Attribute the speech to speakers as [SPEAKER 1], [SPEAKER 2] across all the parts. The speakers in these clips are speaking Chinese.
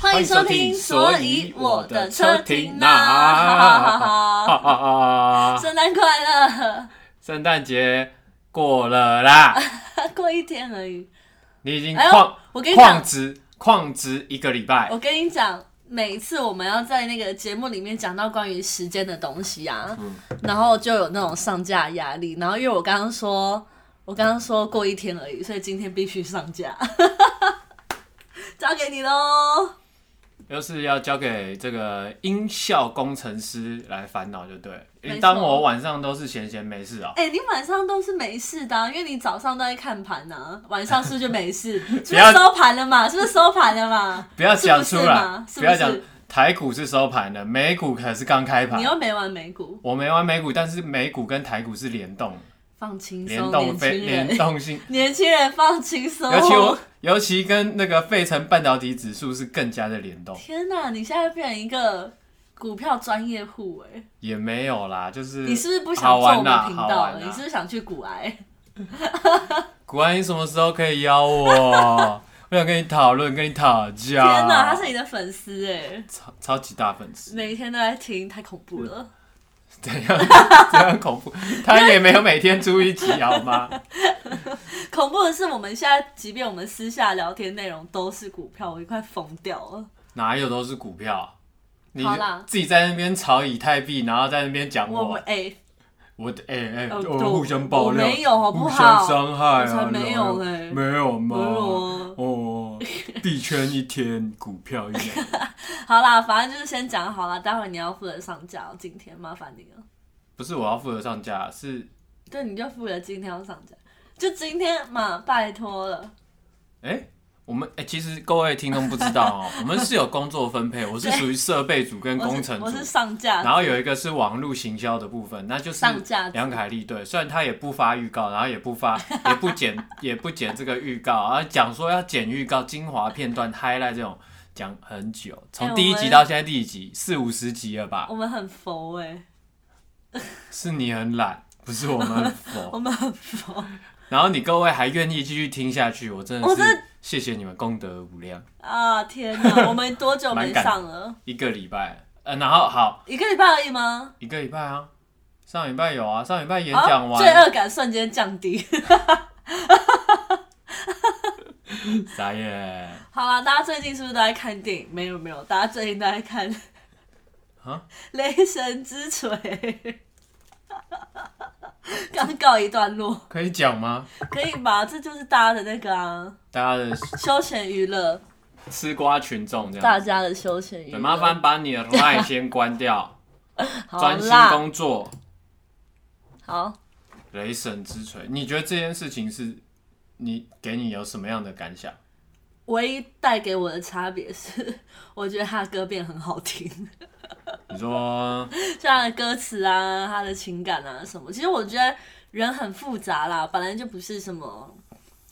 [SPEAKER 1] 欢迎收听，所以我的车停哪？哈哈哈哈！
[SPEAKER 2] 啊啊啊！
[SPEAKER 1] 圣诞快乐，
[SPEAKER 2] 圣诞节过了啦，
[SPEAKER 1] 过一天而已。
[SPEAKER 2] 你已经
[SPEAKER 1] 哎呦
[SPEAKER 2] 旷
[SPEAKER 1] 我跟你
[SPEAKER 2] 旷
[SPEAKER 1] 讲，
[SPEAKER 2] 职旷职一个礼拜，
[SPEAKER 1] 我跟你讲，每一次我们要在那个节目里面讲到关于时间的东西啊，然后就有那种上架压力。然后因为我刚刚说，我刚刚说过一天而已，所以今天必须上架， 交给你喽。
[SPEAKER 2] 又是要交给这个音效工程师来烦恼就对了。
[SPEAKER 1] 没错
[SPEAKER 2] 你当我晚上都是闲闲没事啊、
[SPEAKER 1] 哎、你晚上都是没事的啊、因为你早上都在看盘呐、晚上是不是就没 事？是
[SPEAKER 2] 不
[SPEAKER 1] 不是
[SPEAKER 2] 要
[SPEAKER 1] 收盘了嘛？是不是收盘了 嘛？
[SPEAKER 2] 不要讲出来，
[SPEAKER 1] 是不是嘛是不是
[SPEAKER 2] 不要讲台股是收盘的，美股可是刚开盘
[SPEAKER 1] 你。又没玩美股，
[SPEAKER 2] 我没玩美股，但是美股跟台股是联动，
[SPEAKER 1] 放轻
[SPEAKER 2] 联
[SPEAKER 1] 松，
[SPEAKER 2] 动
[SPEAKER 1] 年
[SPEAKER 2] 非
[SPEAKER 1] 轻
[SPEAKER 2] 联
[SPEAKER 1] 人，
[SPEAKER 2] 动性，
[SPEAKER 1] 年轻人放轻松。
[SPEAKER 2] 尤其我尤其跟那个费城半导体指数是更加的联动，
[SPEAKER 1] 天哪，你现在变成一个股票专业户哎、
[SPEAKER 2] 也没有啦，就是
[SPEAKER 1] 你是不是不想
[SPEAKER 2] 嗯好
[SPEAKER 1] 做我
[SPEAKER 2] 玩啦
[SPEAKER 1] 们频
[SPEAKER 2] 好
[SPEAKER 1] 道
[SPEAKER 2] 玩啊
[SPEAKER 1] 了？
[SPEAKER 2] 啦
[SPEAKER 1] 你是不是想去股癌？
[SPEAKER 2] 古安，你什么时候可以邀我？我想跟你讨论，跟你讨价。
[SPEAKER 1] 天哪，他是你的粉丝哎、
[SPEAKER 2] 超超级大粉丝，
[SPEAKER 1] 每一天都在听，太恐怖了。
[SPEAKER 2] 怎样怎样恐怖？他也没有每天出一集好 吗？
[SPEAKER 1] 恐怖的是，我们现在即便我们私下聊天内容都是股票，我也快疯掉了。
[SPEAKER 2] 哪有都是股票？你
[SPEAKER 1] 好啦
[SPEAKER 2] 自己在那边炒以太币，然后在那边讲
[SPEAKER 1] 我们
[SPEAKER 2] 我，
[SPEAKER 1] 哎、
[SPEAKER 2] 我的哎哎，
[SPEAKER 1] 呃
[SPEAKER 2] 我
[SPEAKER 1] 对
[SPEAKER 2] 们互相爆料，
[SPEAKER 1] 我没有好不好
[SPEAKER 2] 互相伤害
[SPEAKER 1] 我才
[SPEAKER 2] 啊，
[SPEAKER 1] 没有
[SPEAKER 2] 哪
[SPEAKER 1] 嘞
[SPEAKER 2] 没有
[SPEAKER 1] 没有
[SPEAKER 2] 吗？
[SPEAKER 1] 啊
[SPEAKER 2] 哦，币圈一天，股票一年。
[SPEAKER 1] 好啦，反正就是先讲好啦，待会你要负责上架哦，今天麻烦你了。
[SPEAKER 2] 不是我要负责上架，是
[SPEAKER 1] 对，你就负责今天要上架，就今天嘛，拜托了。
[SPEAKER 2] 哎、我们哎、其实各位听众不知道 哦，我们是有工作分配，我是属于设备组跟
[SPEAKER 1] 我
[SPEAKER 2] 工
[SPEAKER 1] 是
[SPEAKER 2] 程
[SPEAKER 1] 我
[SPEAKER 2] 组
[SPEAKER 1] 是，上架，
[SPEAKER 2] 然后有一个是网络行销的部分，那就是
[SPEAKER 1] 上架
[SPEAKER 2] 梁凯丽对，虽然他也不发预告，然后也 不发，也不剪，也不剪这个预告，然后讲说要剪预告、精华片段、highlight 这种，讲很久，
[SPEAKER 1] 哎
[SPEAKER 2] 从第一
[SPEAKER 1] 我
[SPEAKER 2] 集
[SPEAKER 1] 们
[SPEAKER 2] 到现在第几集，四五十集了吧？
[SPEAKER 1] 我们很佛哎、
[SPEAKER 2] 是你很懒，不是我们很佛。
[SPEAKER 1] 我们很佛。
[SPEAKER 2] 然后你各位还愿意继续听下去，我真的
[SPEAKER 1] 我
[SPEAKER 2] 是
[SPEAKER 1] 真的
[SPEAKER 2] 谢谢你们，功德无量。
[SPEAKER 1] 啊天 哪，我们多久没
[SPEAKER 2] 蛮感
[SPEAKER 1] 上了？
[SPEAKER 2] 一个礼拜，呃，然后好
[SPEAKER 1] 一个礼拜而已吗？
[SPEAKER 2] 一个礼拜啊，上礼拜有啊，上礼拜演
[SPEAKER 1] 好
[SPEAKER 2] 讲
[SPEAKER 1] 罪
[SPEAKER 2] 完，
[SPEAKER 1] 恶感瞬间降低。
[SPEAKER 2] 傻眼，
[SPEAKER 1] 好啦，大家最近是不是都在看电影？没有没有，大家最近都在看
[SPEAKER 2] 啊
[SPEAKER 1] 雷神之锤》，刚告一段落，
[SPEAKER 2] 可以讲吗？
[SPEAKER 1] 可以吧？这就是大家的那个啊，
[SPEAKER 2] 大家的
[SPEAKER 1] 休闲娱乐，
[SPEAKER 2] 吃瓜群众这
[SPEAKER 1] 大
[SPEAKER 2] 样，
[SPEAKER 1] 家的休闲娱
[SPEAKER 2] 啊对
[SPEAKER 1] 乐。
[SPEAKER 2] 麻烦把你的 line 先关掉，
[SPEAKER 1] 好
[SPEAKER 2] 专心
[SPEAKER 1] 啦，
[SPEAKER 2] 工作。
[SPEAKER 1] 好，
[SPEAKER 2] 雷神之锤，你觉得这件事情是你给你有什么样的感想？
[SPEAKER 1] 唯一带给我的差别是， 我觉得他的歌变很好听，
[SPEAKER 2] 你说
[SPEAKER 1] 就他的歌词啊，他的情感啊什么。其实我觉得人很复杂啦，本来就不是什么。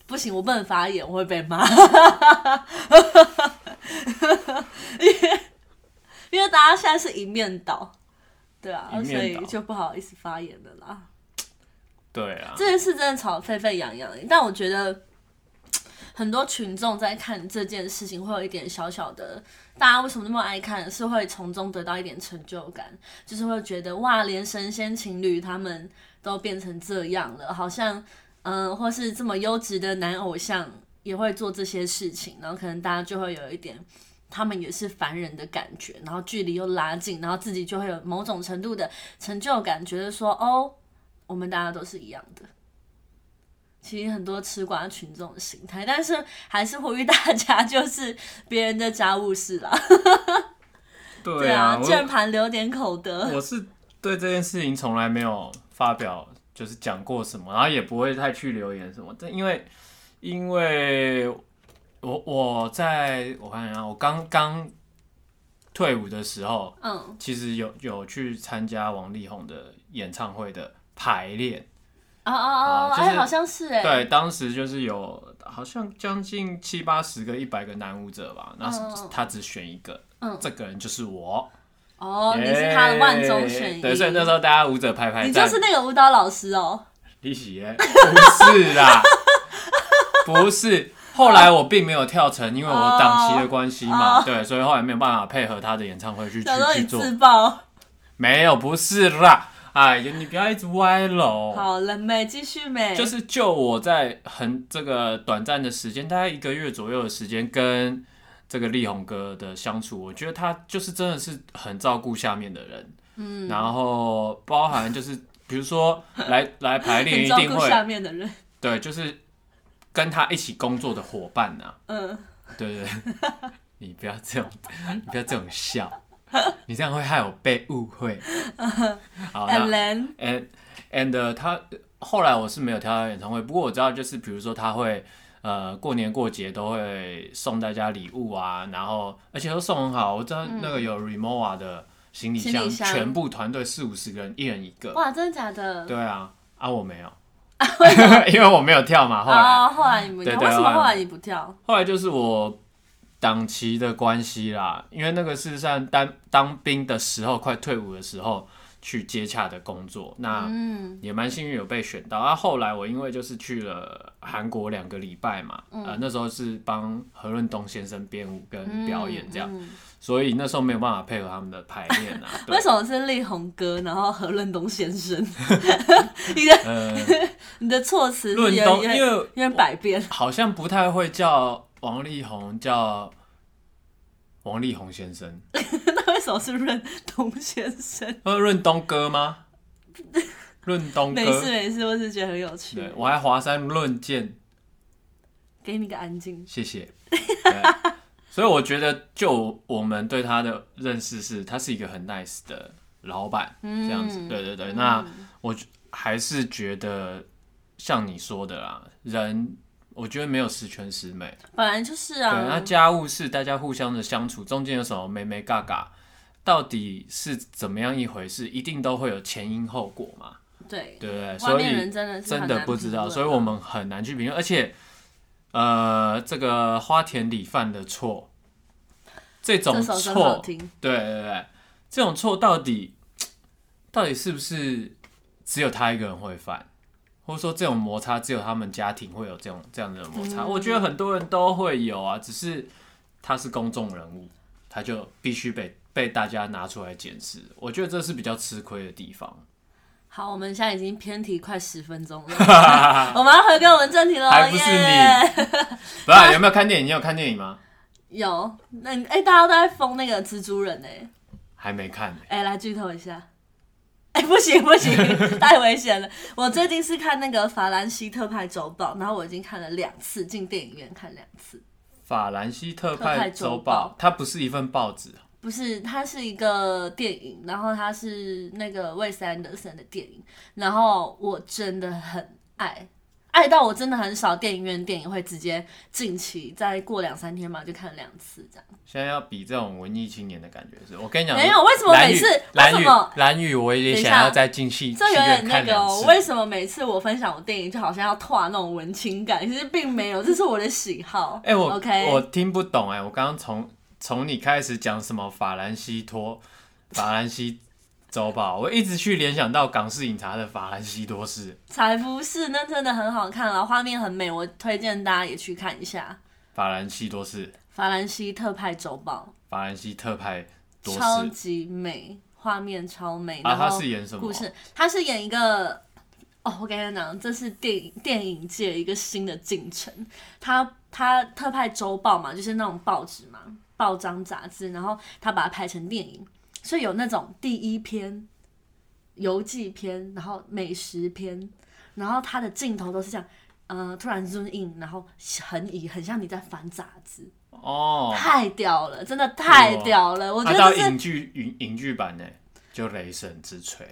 [SPEAKER 1] 不行，我不能发言，我会被骂。 因为因为大家现在是一面倒，对啊，
[SPEAKER 2] 一
[SPEAKER 1] 所
[SPEAKER 2] 面倒
[SPEAKER 1] 以就不好意思发言了啦。
[SPEAKER 2] 对啊，
[SPEAKER 1] 这件事真的吵得沸沸扬扬，但我觉得很多群众在看这件事情，会有一点小小的，大家为什么那么爱看，是会从中得到一点成就感，就是会觉得哇，连神仙情侣他们都变成这样了，好像嗯、呃或是这么优质的男偶像也会做这些事情，然后可能大家就会有一点。他们也是凡人的感觉，然后距离又拉近，然后自己就会有某种程度的成就感，觉得说哦，我们大家都是一样的。其实很多吃瓜群众的心态，但是还是呼吁大家，就是别人的家务事啦。
[SPEAKER 2] 对
[SPEAKER 1] 啊，
[SPEAKER 2] 我
[SPEAKER 1] 键盘留点口德。
[SPEAKER 2] 我是对这件事情从来没有发表，就是讲过什么，然后也不会太去留言什么。但因为，因为我我在我看一下，我刚刚退伍的时候，
[SPEAKER 1] 嗯，
[SPEAKER 2] 其实有有去参加王力宏的演唱会的排练。
[SPEAKER 1] 哦哦哦，
[SPEAKER 2] 啊就是
[SPEAKER 1] 哎，好像是哎，
[SPEAKER 2] 对，当时就是有好像将近七八十个、一百个男舞者吧，那
[SPEAKER 1] 嗯嗯
[SPEAKER 2] 他只选一个，
[SPEAKER 1] 嗯
[SPEAKER 2] 这个人就是我。
[SPEAKER 1] 哦，你是他的万中选一。
[SPEAKER 2] 对，所以那时候大家舞者排排站，
[SPEAKER 1] 你就是那个舞蹈老师哦。
[SPEAKER 2] 利息耶，不是啦，不是。后来我并没有跳成，因为我档期的关系嘛
[SPEAKER 1] 哦
[SPEAKER 2] 对，所以后来没有办法配合他的演唱会去去
[SPEAKER 1] 小时候
[SPEAKER 2] 去
[SPEAKER 1] 你
[SPEAKER 2] 做。哦
[SPEAKER 1] 自爆。
[SPEAKER 2] 没有，不是啦，哎呀，你不要一直歪楼。
[SPEAKER 1] 好了没？继续没？
[SPEAKER 2] 就是就我在很这个短暂的时间，大概一个月左右的时间，跟这个力宏哥的相处，我觉得他就是真的是很照顾下面的人，嗯，然后包含就是比如说来来排练
[SPEAKER 1] 很
[SPEAKER 2] 一
[SPEAKER 1] 照
[SPEAKER 2] 定
[SPEAKER 1] 顾下
[SPEAKER 2] 会
[SPEAKER 1] 面的人。
[SPEAKER 2] 对，就是跟他一起工作的伙伴呐、啊
[SPEAKER 1] 嗯，
[SPEAKER 2] 对对对， 你不要这种，你不要这种笑，你这样会害我被误会。好，
[SPEAKER 1] 艾
[SPEAKER 2] 那
[SPEAKER 1] 伦
[SPEAKER 2] and and、他后来我是没有挑到演唱会，不过我知道就是比如说他会呃过年过节都会送大家礼物啊，然后而且都送很好，我知道那个有 Remova 的行李
[SPEAKER 1] 嗯行
[SPEAKER 2] 箱，
[SPEAKER 1] 李箱
[SPEAKER 2] 全部团队四五十个人，一人一个。
[SPEAKER 1] 哇，真的假的？
[SPEAKER 2] 对啊，啊我没有， 因为我没有跳嘛，后来。
[SPEAKER 1] 哦，后来你们
[SPEAKER 2] 对
[SPEAKER 1] 跳，
[SPEAKER 2] 对
[SPEAKER 1] 为什
[SPEAKER 2] 后
[SPEAKER 1] 么
[SPEAKER 2] 来
[SPEAKER 1] 后来你不跳？
[SPEAKER 2] 后来就是我档期的关系啦，因为那个是算当当兵的时候，快退伍的时候去接洽的工作，那
[SPEAKER 1] 嗯，
[SPEAKER 2] 也蛮幸运有被选到。那、啊后来我因为就是去了韩国两个礼拜嘛，呃，那时候是帮何润东先生编舞跟表演这样，
[SPEAKER 1] 嗯嗯
[SPEAKER 2] 所以那时候没有办法配合他们的排练 啊。对
[SPEAKER 1] 为，什么是力宏哥，然后何润东先 生？ 你的
[SPEAKER 2] 呃，
[SPEAKER 1] 你的措辞是有
[SPEAKER 2] 润
[SPEAKER 1] 点
[SPEAKER 2] 东
[SPEAKER 1] 有点
[SPEAKER 2] 因为
[SPEAKER 1] 有点百变。
[SPEAKER 2] 好像不太会叫王力宏叫王力宏先生，
[SPEAKER 1] 那为什么是润东先生？
[SPEAKER 2] 呃，润东哥吗？ 润东
[SPEAKER 1] 没事
[SPEAKER 2] 哥，
[SPEAKER 1] 没事，我只是觉得很有趣
[SPEAKER 2] 对。我还华山论剑，
[SPEAKER 1] 给你个安静。
[SPEAKER 2] 谢谢。对所以我觉得，就我们对他的认识是，他是一个很 nice 的老板，这样子。
[SPEAKER 1] 嗯
[SPEAKER 2] 对对对，那我还是觉得像你说的啦，人我觉得没有十全十美。
[SPEAKER 1] 本来就是
[SPEAKER 2] 对，那
[SPEAKER 1] 啊，
[SPEAKER 2] 家务事大家互相的相处，中间有什么没没嘎嘎，到底是怎么样一回事，一定都会有前因后果嘛，
[SPEAKER 1] 对，
[SPEAKER 2] 对不对？
[SPEAKER 1] 外
[SPEAKER 2] 所
[SPEAKER 1] 面
[SPEAKER 2] 以
[SPEAKER 1] 人真的是
[SPEAKER 2] 真
[SPEAKER 1] 很
[SPEAKER 2] 的
[SPEAKER 1] 难
[SPEAKER 2] 不知
[SPEAKER 1] 评
[SPEAKER 2] 道，
[SPEAKER 1] 论
[SPEAKER 2] 所以我们很难去评论。而且，呃，这个花田里犯的错，这种
[SPEAKER 1] 这首真好
[SPEAKER 2] 错，
[SPEAKER 1] 听。
[SPEAKER 2] 对对对，这种错到底到底是不是只有他一个人会犯，或者说这种摩擦只有他们家庭会有这种这样的摩擦？
[SPEAKER 1] 嗯
[SPEAKER 2] 我觉得很多人都会有啊，只是他是公众人物，他就必须被被大家拿出来检视。我觉得这是比较吃亏的地方。
[SPEAKER 1] 好，我们现在已经偏题快十分 钟了，我们要回归我们正题了。
[SPEAKER 2] 还不是
[SPEAKER 1] 耶
[SPEAKER 2] 不是、有没有看电影？你有看电影吗？
[SPEAKER 1] 有，那你哎、大家都在封那个蜘蛛人哎、
[SPEAKER 2] 还没看呢、
[SPEAKER 1] 哎、来剧透一下。哎、不行不行，太危险了。我最近是看那个《法兰西特派周报》，然后我已经看了两次，进电影院看两次。
[SPEAKER 2] 法兰西特
[SPEAKER 1] 特
[SPEAKER 2] 派
[SPEAKER 1] 派周
[SPEAKER 2] 周
[SPEAKER 1] 报
[SPEAKER 2] 报，它不是一份报纸，
[SPEAKER 1] 不是，它是一个电影，然后它是那个魏斯安德森的电影，然后我真的很爱，爱到我真的很少电影院电影会直接近期再过两三天嘛就看两次这样。
[SPEAKER 2] 现在要比这种文艺青年的感觉是，我跟你讲，
[SPEAKER 1] 没有为什么
[SPEAKER 2] 蓝宇
[SPEAKER 1] 每次
[SPEAKER 2] 蓝
[SPEAKER 1] 为
[SPEAKER 2] 宇
[SPEAKER 1] 什么
[SPEAKER 2] 蓝宇，我也想要再进戏
[SPEAKER 1] 这
[SPEAKER 2] 戏
[SPEAKER 1] 有点
[SPEAKER 2] 院
[SPEAKER 1] 那
[SPEAKER 2] 看
[SPEAKER 1] 个、
[SPEAKER 2] 两
[SPEAKER 1] 哦，
[SPEAKER 2] 次。
[SPEAKER 1] 为什么每次我分享我电影就好像要拓那种文青感？其实并没有，这是我的喜好。
[SPEAKER 2] 哎、我
[SPEAKER 1] OK，
[SPEAKER 2] 我听不懂哎、我刚刚从从你开始讲什么法兰西托、法兰西周报， 我一直去联想到港式饮茶的法兰西多士、
[SPEAKER 1] 才不是，那真的很好看了，画面很美，我推荐大家也去看一下
[SPEAKER 2] 法兰西多士、
[SPEAKER 1] 《法兰西特派周报
[SPEAKER 2] 法兰西特派》，多
[SPEAKER 1] 超
[SPEAKER 2] 士
[SPEAKER 1] 级美，画面超美。
[SPEAKER 2] 啊，
[SPEAKER 1] 然后
[SPEAKER 2] 他是演什么
[SPEAKER 1] 故？事，他是演一个。哦，我跟你讲，这是电影电影界一个新的进程。他他特派周报嘛，就是那种报纸嘛，报章杂志，然后他把它拍成电影，所以有那种第一篇、游记篇，然后美食篇，然后他的镜头都是这样，呃，突然 zoom in，然后横移，很像你在翻杂志，
[SPEAKER 2] 哦，
[SPEAKER 1] 太屌了，真的太
[SPEAKER 2] 哇
[SPEAKER 1] 屌了！我觉得
[SPEAKER 2] 他到
[SPEAKER 1] 这是
[SPEAKER 2] 影剧影影剧版呢、就雷神之锤。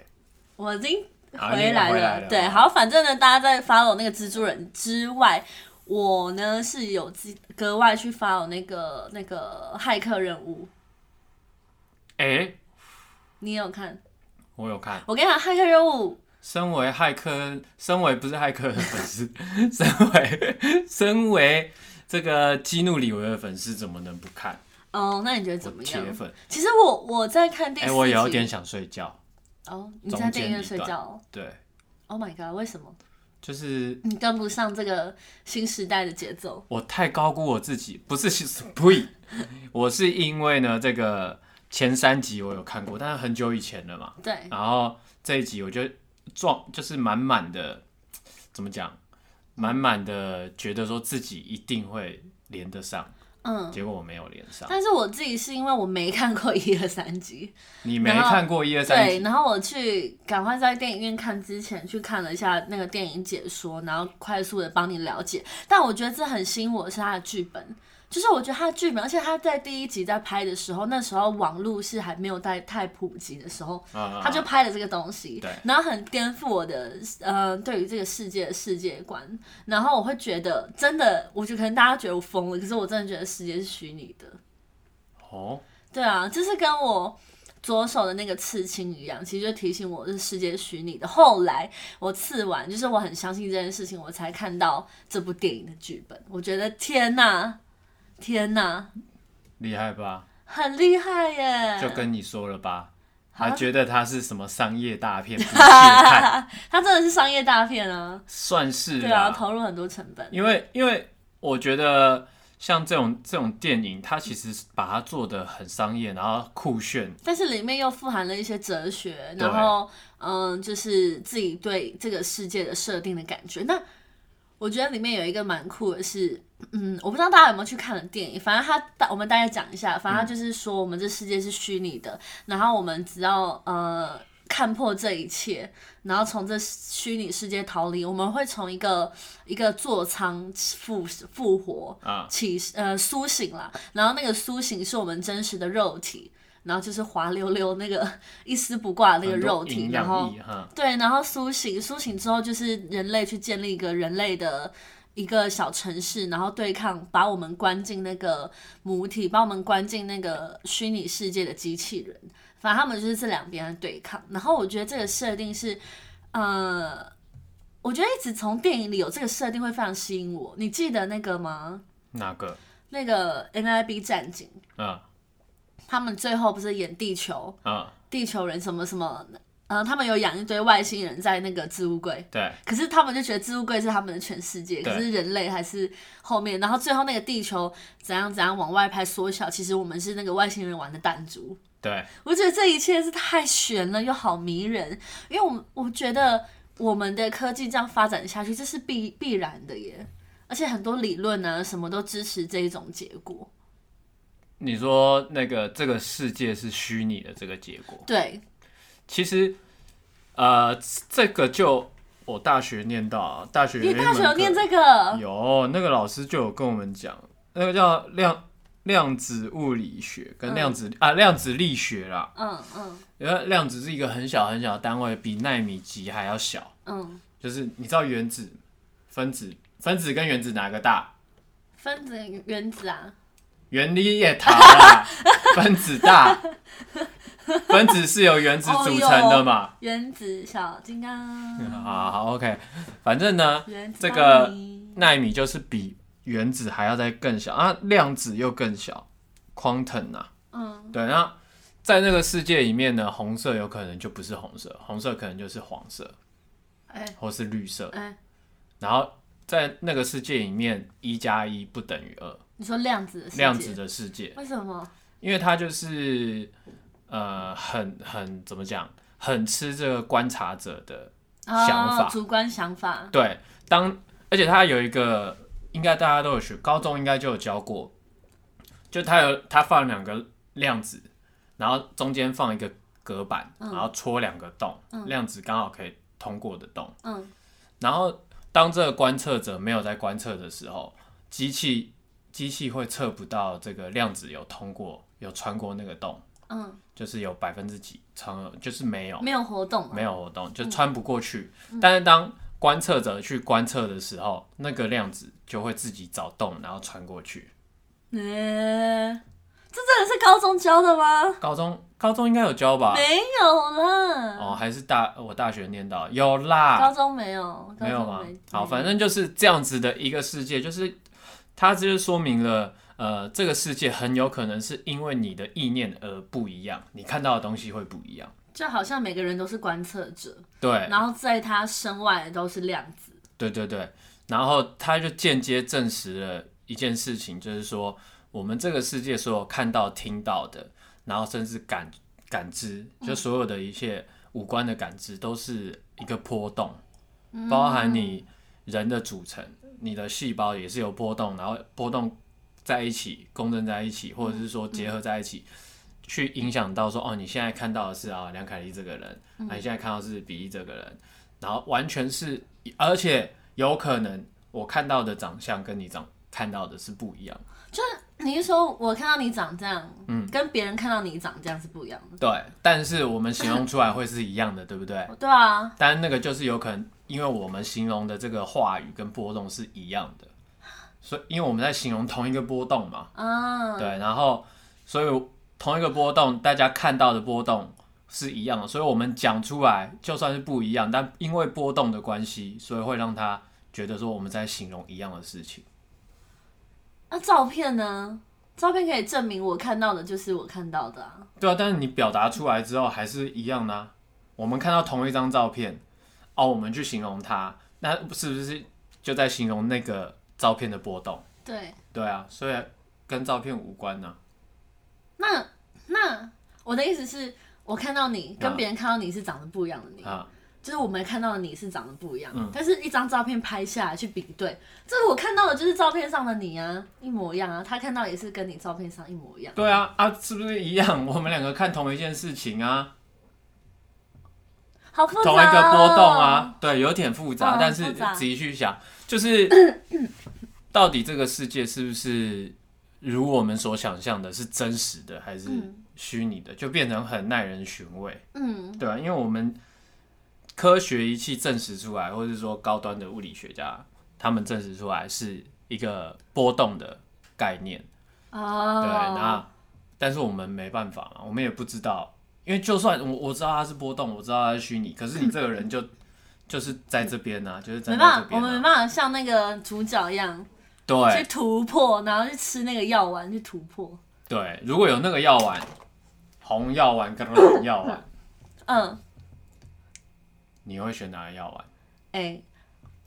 [SPEAKER 1] 我已经
[SPEAKER 2] 啊
[SPEAKER 1] 回
[SPEAKER 2] 你
[SPEAKER 1] 来
[SPEAKER 2] 回
[SPEAKER 1] 了，
[SPEAKER 2] 来了
[SPEAKER 1] 对，好，反正呢，大家在 follow 那个蜘蛛人之外，我呢是有自格外去 follow 那个那个骇客任务，
[SPEAKER 2] 哎、
[SPEAKER 1] 你也有看？
[SPEAKER 2] 我有看。
[SPEAKER 1] 我跟你讲，骇客任务
[SPEAKER 2] 身为骇客，身为不是骇客的粉丝，身为身为这个激怒李维的粉丝，怎么能不看？
[SPEAKER 1] 哦，那你觉得
[SPEAKER 2] 我
[SPEAKER 1] 怎么
[SPEAKER 2] 铁
[SPEAKER 1] 样？
[SPEAKER 2] 粉，
[SPEAKER 1] 其实我我在看第
[SPEAKER 2] 哎、
[SPEAKER 1] 四集，
[SPEAKER 2] 我有点想睡觉。
[SPEAKER 1] 哦，你在电影院
[SPEAKER 2] 中
[SPEAKER 1] 睡
[SPEAKER 2] 间一段
[SPEAKER 1] 觉
[SPEAKER 2] 对，
[SPEAKER 1] ？Oh my god，为什么？
[SPEAKER 2] 就是
[SPEAKER 1] 你跟不上这个新时代的节奏。
[SPEAKER 2] 我太高估我自己，不是呸，我是因为呢这个前三集我有看过，但是很久以前了嘛，
[SPEAKER 1] 对，
[SPEAKER 2] 然后这一集我就撞，就是满满的怎么讲，满满的觉得说自己一定会连得上，
[SPEAKER 1] 嗯，
[SPEAKER 2] 结果我没有连上。
[SPEAKER 1] 但是我自己是因为我没看过 一二三集，
[SPEAKER 2] 你没
[SPEAKER 1] 然后
[SPEAKER 2] 看过一二三
[SPEAKER 1] 对，
[SPEAKER 2] 集，
[SPEAKER 1] 然后我去赶快在电影院看之前去看了一下那个电影解说，然后快速的帮你了解。但我觉得这很吸引我的是他的剧本，就是我觉得他的剧本，而且他在第一集在拍的时候，那时候网络是还没有太太普及的时候，
[SPEAKER 2] 啊
[SPEAKER 1] 他就拍了这个东西
[SPEAKER 2] 对，
[SPEAKER 1] 然后很颠覆我的呃对于这个世界的世界观，然后我会觉得真的，我觉得可能大家觉得我疯了，可是我真的觉得世界是虚拟的。
[SPEAKER 2] 哦，
[SPEAKER 1] 对啊，就是跟我左手的那个刺青一样，其实就提醒我是世界虚拟的。后来我刺完，就是我很相信这件事情，我才看到这部电影的剧本。我觉得天哪，天哪，
[SPEAKER 2] 厉害吧？
[SPEAKER 1] 很厉害耶！
[SPEAKER 2] 就跟你说了吧，
[SPEAKER 1] 啊
[SPEAKER 2] 他觉得他是什么商业大片，不屑看，
[SPEAKER 1] 他真的是商业大片啊，
[SPEAKER 2] 算是
[SPEAKER 1] 对啊，投入很多成本。
[SPEAKER 2] 因为因为我觉得像这种这种电影，它其实把它做的很商业，然后酷炫，
[SPEAKER 1] 但是里面又富含了一些哲学，
[SPEAKER 2] 对
[SPEAKER 1] 然后嗯，就是自己对这个世界的设定的感觉。那我觉得里面有一个蛮酷的是，嗯，我不知道大家有没有去看了电影，反正他大我们大概讲一下，反正他就是说我们这世界是虚拟的，然后我们只要呃看破这一切，然后从这虚拟世界逃离，我们会从一个一个座舱复复活
[SPEAKER 2] 啊
[SPEAKER 1] 起呃苏醒啦，然后那个苏醒是我们真实的肉体，然后就是滑溜溜那个 一丝不挂的那个
[SPEAKER 2] 很多
[SPEAKER 1] 肉体，
[SPEAKER 2] 营
[SPEAKER 1] 然后
[SPEAKER 2] 养液哈，
[SPEAKER 1] 对，然后苏醒，苏醒之后就是人类去建立一个人类的一个小城市，然后对抗把我们关进那个母体，把我们关进那个虚拟世界的机器人。反正他们就是这两边的对抗。然后我觉得这个设定是，呃，我觉得一直从电影里有这个设定会非常吸引我。你记得那个吗？
[SPEAKER 2] 那个？
[SPEAKER 1] 那个 NIB 战警，
[SPEAKER 2] 嗯
[SPEAKER 1] 他们最后不是演地球
[SPEAKER 2] 嗯，
[SPEAKER 1] 地球人什么什么？呃，他们有养一堆外星人在那个置物柜。
[SPEAKER 2] 对，
[SPEAKER 1] 可是他们就觉得置物柜是他们的全世界，可
[SPEAKER 2] 对
[SPEAKER 1] 是人类还是后面，然后最后那个地球怎样怎样往外拍缩小，其实我们是那个外星人玩的弹珠。
[SPEAKER 2] 对，
[SPEAKER 1] 我觉得这一切是太悬了，又好迷人，因为我们我觉得我们的科技这样发展下去，这是必 必然的耶，而且很多理论呢、什么都支持这一种结果。
[SPEAKER 2] 你说那个这个世界是虚拟的这个结果，
[SPEAKER 1] 对，
[SPEAKER 2] 其实呃，这个就我大学念到啊，大学有
[SPEAKER 1] 你
[SPEAKER 2] 一门
[SPEAKER 1] 大学有
[SPEAKER 2] 课
[SPEAKER 1] 念这个？
[SPEAKER 2] 有那个老师就有跟我们讲，那个叫量量子物理学跟量子、啊量子力学啦，
[SPEAKER 1] 嗯嗯
[SPEAKER 2] 因为量子是一个很小很小的单位，比纳米级还要小。
[SPEAKER 1] 嗯，
[SPEAKER 2] 就是你知道原子、分子、分子跟原子哪个大？
[SPEAKER 1] 分子原子啊，
[SPEAKER 2] 原理也大啦，分子大，分子是由原子组成的嘛？
[SPEAKER 1] 原子小金刚，
[SPEAKER 2] 好好，OK，反正呢，
[SPEAKER 1] 原子
[SPEAKER 2] 嗯这
[SPEAKER 1] 邦
[SPEAKER 2] 个
[SPEAKER 1] 尼
[SPEAKER 2] 纳米就是比原子还要再更小啊，量子又更小，quantum 啊，
[SPEAKER 1] 嗯
[SPEAKER 2] 对，那在那个世界里面呢，红色有可能就不是红色，红色可能就是黄色，
[SPEAKER 1] 哎
[SPEAKER 2] 或是绿色，
[SPEAKER 1] 哎，
[SPEAKER 2] 然后在那个世界里面，一加一不等于二，
[SPEAKER 1] 你说量子的世界
[SPEAKER 2] 量子的世界，
[SPEAKER 1] 为什么？
[SPEAKER 2] 因为它就是呃，很很怎么讲，很吃这个观察者的
[SPEAKER 1] 哦
[SPEAKER 2] 想法
[SPEAKER 1] 主观想法，
[SPEAKER 2] 对，当而且它有一个，应该大家都有学，高中应该就有教过，就它有它放两个量子，然后中间放一个隔板，然后戳两个洞，量子刚好可以通过的洞。
[SPEAKER 1] 嗯
[SPEAKER 2] 然后当这个观测者没有在观测的时候，机器机器会测不到这个量子有通过有穿过那个洞，
[SPEAKER 1] 嗯，
[SPEAKER 2] 就是有百分之几穿，就是没有。
[SPEAKER 1] 没有活动啊，
[SPEAKER 2] 没有活动，就穿不过去。
[SPEAKER 1] 嗯
[SPEAKER 2] 但是当观测者去观测的时候，那个量子就会自己找洞，然后穿过去。
[SPEAKER 1] 嗯，这真的是高中教的吗？
[SPEAKER 2] 高中高中应该有教吧？
[SPEAKER 1] 没有啦，
[SPEAKER 2] 啊哦，还是大我大学念到有
[SPEAKER 1] 高
[SPEAKER 2] 啦，
[SPEAKER 1] 中没有，高
[SPEAKER 2] 没有
[SPEAKER 1] 中
[SPEAKER 2] 吗
[SPEAKER 1] 没？
[SPEAKER 2] 好，反
[SPEAKER 1] 正
[SPEAKER 2] 正就是这样子的一个世界，就是它就是说明了。呃，这个世界很有可能是因为你的意念而不一样，你看到的东西会不一样。
[SPEAKER 1] 就好像每个人都是观测者，
[SPEAKER 2] 对，
[SPEAKER 1] 然后在他身外的都是量子，
[SPEAKER 2] 对对对，然后他就间接证实了一件事情，就是说我们这个世界所有看到、听到的，然后甚至感感知，就所有的一切五官的感知，都是一个波动，
[SPEAKER 1] 嗯
[SPEAKER 2] 包含你人的组成，你的细胞也是有波动，然后波动在一起，共振在一起，或者是说结合在一起。去影响到说哦，你现在看到的是啊梁凯丽这个人，啊你现在看到的是比利这个人，然后完全是，而且有可能我看到的长相跟你长看到的是不一样的。
[SPEAKER 1] 你是说我看到你长这样，嗯，跟别人看到你长这样是不一样的，
[SPEAKER 2] 对，但是我们形容出来会是一样的，对不对？
[SPEAKER 1] 对啊，
[SPEAKER 2] 但那个就是有可能，因为我们形容的这个话语跟波动是一样的，所以因为我们在形容同一个波动嘛，
[SPEAKER 1] 啊，
[SPEAKER 2] 对，然后所以同一个波动，大家看到的波动是一样的，所以我们讲出来就算是不一样，但因为波动的关系，所以会让他觉得说我们在形容一样的事情。
[SPEAKER 1] 那照片呢？照片可以证明我看到的就是我看到的啊，
[SPEAKER 2] 对啊，但是你表达出来之后还是一样的啊、我们看到同一张照片，哦，我们去形容它，那是不是就在形容那个照片的波动？
[SPEAKER 1] 对，
[SPEAKER 2] 对啊，所以跟照片无关呢、
[SPEAKER 1] 那那我的意思是。我看到你跟
[SPEAKER 2] 啊
[SPEAKER 1] 别人看到你是长得不一样的你，
[SPEAKER 2] 啊。
[SPEAKER 1] 就是我们看到的你是长得不一样，
[SPEAKER 2] 嗯
[SPEAKER 1] 但是一张照片拍下来去比对，这个我看到的就是照片上的你啊，一模一样啊，他看到也是跟你照片上一模一样。
[SPEAKER 2] 对啊，啊，是不是一样？我们两个看同一件事情啊，
[SPEAKER 1] 好复杂、哦
[SPEAKER 2] 同一个波动。啊，对，有点复杂，
[SPEAKER 1] 嗯
[SPEAKER 2] 但是
[SPEAKER 1] 复杂
[SPEAKER 2] 仔细去想，就是 到底这个世界是不是如我们所想象的，是真实的还是虚拟的，就变成很耐人寻味，
[SPEAKER 1] 嗯，
[SPEAKER 2] 对啊，因为我们科学仪器证实出来，或者说高端的物理学家他们证实出来是一个波动的概念。
[SPEAKER 1] 哦，
[SPEAKER 2] 对，那但是我们没办法嘛，我们也不知道，因为就算我我知道它是波动，我知道它是虚拟，可是你这个人就 就是在这边呐、就是
[SPEAKER 1] 没
[SPEAKER 2] 站在
[SPEAKER 1] 办
[SPEAKER 2] 这
[SPEAKER 1] 法，我
[SPEAKER 2] 边、
[SPEAKER 1] 们没
[SPEAKER 2] 啊，
[SPEAKER 1] 办法像那个主角一样去
[SPEAKER 2] 对
[SPEAKER 1] 突破，然后去吃那个药丸去突破。
[SPEAKER 2] 对，如果有那个药丸，红药丸跟蓝药丸，
[SPEAKER 1] 嗯，
[SPEAKER 2] 你会选哪个药丸？
[SPEAKER 1] 哎、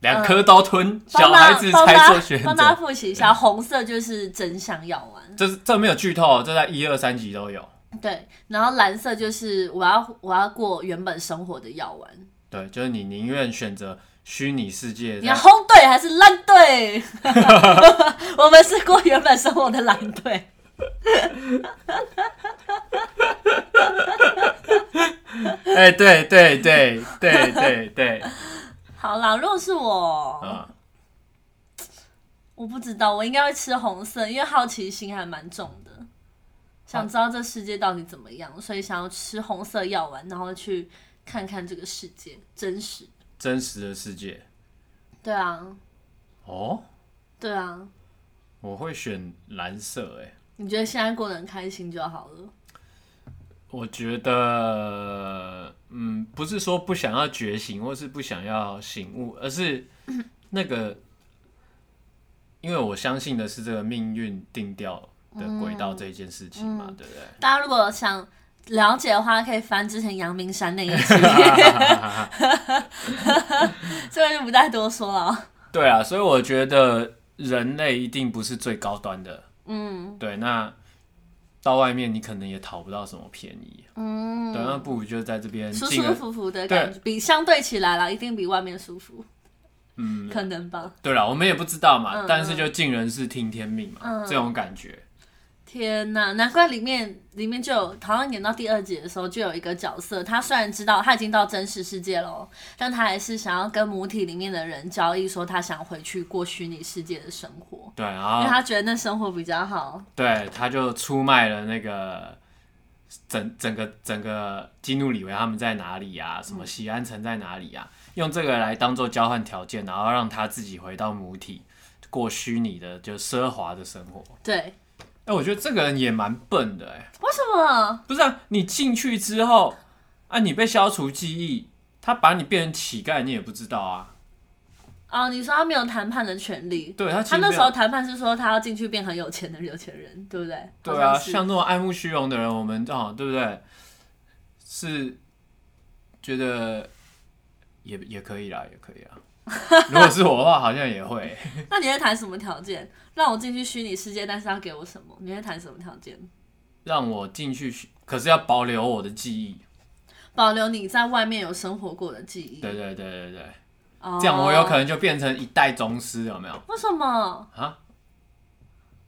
[SPEAKER 2] 两颗都吞，小
[SPEAKER 1] 呃帮
[SPEAKER 2] 孩
[SPEAKER 1] 大
[SPEAKER 2] 子
[SPEAKER 1] 帮
[SPEAKER 2] 才
[SPEAKER 1] 大
[SPEAKER 2] 做选
[SPEAKER 1] 帮大家
[SPEAKER 2] 择。嗯
[SPEAKER 1] 复习一下，红色就是真香药丸，
[SPEAKER 2] 这是这没有剧透哦，这在一二三集都有。
[SPEAKER 1] 对，然后蓝色就是我要我要过原本生活的药丸。
[SPEAKER 2] 对，就是你宁愿选择虚拟世界，
[SPEAKER 1] 你要轰队还是烂队？ 我们是过原本生活的蓝队。
[SPEAKER 2] 哎，对对对对对对，
[SPEAKER 1] 好啦，如果是我，
[SPEAKER 2] 啊，
[SPEAKER 1] 我不知道，我应该会吃红色，因为好奇心还蛮重的，想知道这世界到底怎么样，所以想要吃红色药丸，然后去看看这个世界真实。
[SPEAKER 2] 真实的世界
[SPEAKER 1] 对啊，
[SPEAKER 2] 哦。
[SPEAKER 1] 对啊，
[SPEAKER 2] 我会选蓝色、欸，哎，
[SPEAKER 1] 你觉得现在过得很开心就好了。
[SPEAKER 2] 我觉得，嗯，不是说不想要觉醒，或是不想要醒悟，而是那个，因为我相信的是这个命运定调的轨道这件事情嘛，对不对？
[SPEAKER 1] 大家如果想了解的话，可以翻之前阳明山那一 集，这个就不再多说了。
[SPEAKER 2] 对啊，所以我觉得人类一定不是最高端的，嗯，对，那。到外面你可能也讨不到什么便宜，嗯，对，那不如就在这边
[SPEAKER 1] 舒
[SPEAKER 2] 尽
[SPEAKER 1] 舒
[SPEAKER 2] 了
[SPEAKER 1] 服服的感觉，比相对起来啦，一定比外面舒服。嗯，可能吧。
[SPEAKER 2] 对了，我们也不知道嘛，
[SPEAKER 1] 嗯
[SPEAKER 2] 但是就尽人事听天命嘛，这种感觉。
[SPEAKER 1] 天呐，难怪里面里面就有，好像演到第二集的时候，就有一个角色，他虽然知道他已经到真实世界了，哦但他还是想要跟母体里面的人交易，说他想回去过虚拟世界的生活，
[SPEAKER 2] 对，然
[SPEAKER 1] 因为
[SPEAKER 2] 后
[SPEAKER 1] 他觉得那生活比较好。
[SPEAKER 2] 对他就出卖了那个整整个整个基努里维他们在哪里
[SPEAKER 1] 嗯
[SPEAKER 2] 啊，什么西安城在哪里啊，用这个来当做交换条件，然后让他自己回到母体，过虚拟的就奢华的生活。
[SPEAKER 1] 对，
[SPEAKER 2] 哎、我觉得这个人也蛮笨的哎、
[SPEAKER 1] 为什么？
[SPEAKER 2] 不是啊，你进去之后啊，你被消除记忆，他把你变成乞丐，你也不知道啊。
[SPEAKER 1] 哦，你说他没有谈判的权利。
[SPEAKER 2] 对他其
[SPEAKER 1] 他
[SPEAKER 2] 实
[SPEAKER 1] 那
[SPEAKER 2] 没
[SPEAKER 1] 时
[SPEAKER 2] 有
[SPEAKER 1] 候谈判是说他要进去变很有钱的有钱人，对不对？
[SPEAKER 2] 对啊，
[SPEAKER 1] 好是
[SPEAKER 2] 像这种爱慕虚荣的人，我们哦，对不对？ 是觉得也也可以啦，也可以啊。如果是我的话，好像也会。
[SPEAKER 1] 那你会谈什么条件？让我进去虚拟世界，但是要给我什么？你会谈什么条件？
[SPEAKER 2] 让我进去学，可是要保留我的记忆。
[SPEAKER 1] 保留你在外面有生活过的记忆。
[SPEAKER 2] 对对对对对，
[SPEAKER 1] 哦
[SPEAKER 2] 这样我有可能就变成一代宗师，有没有？
[SPEAKER 1] 为什么？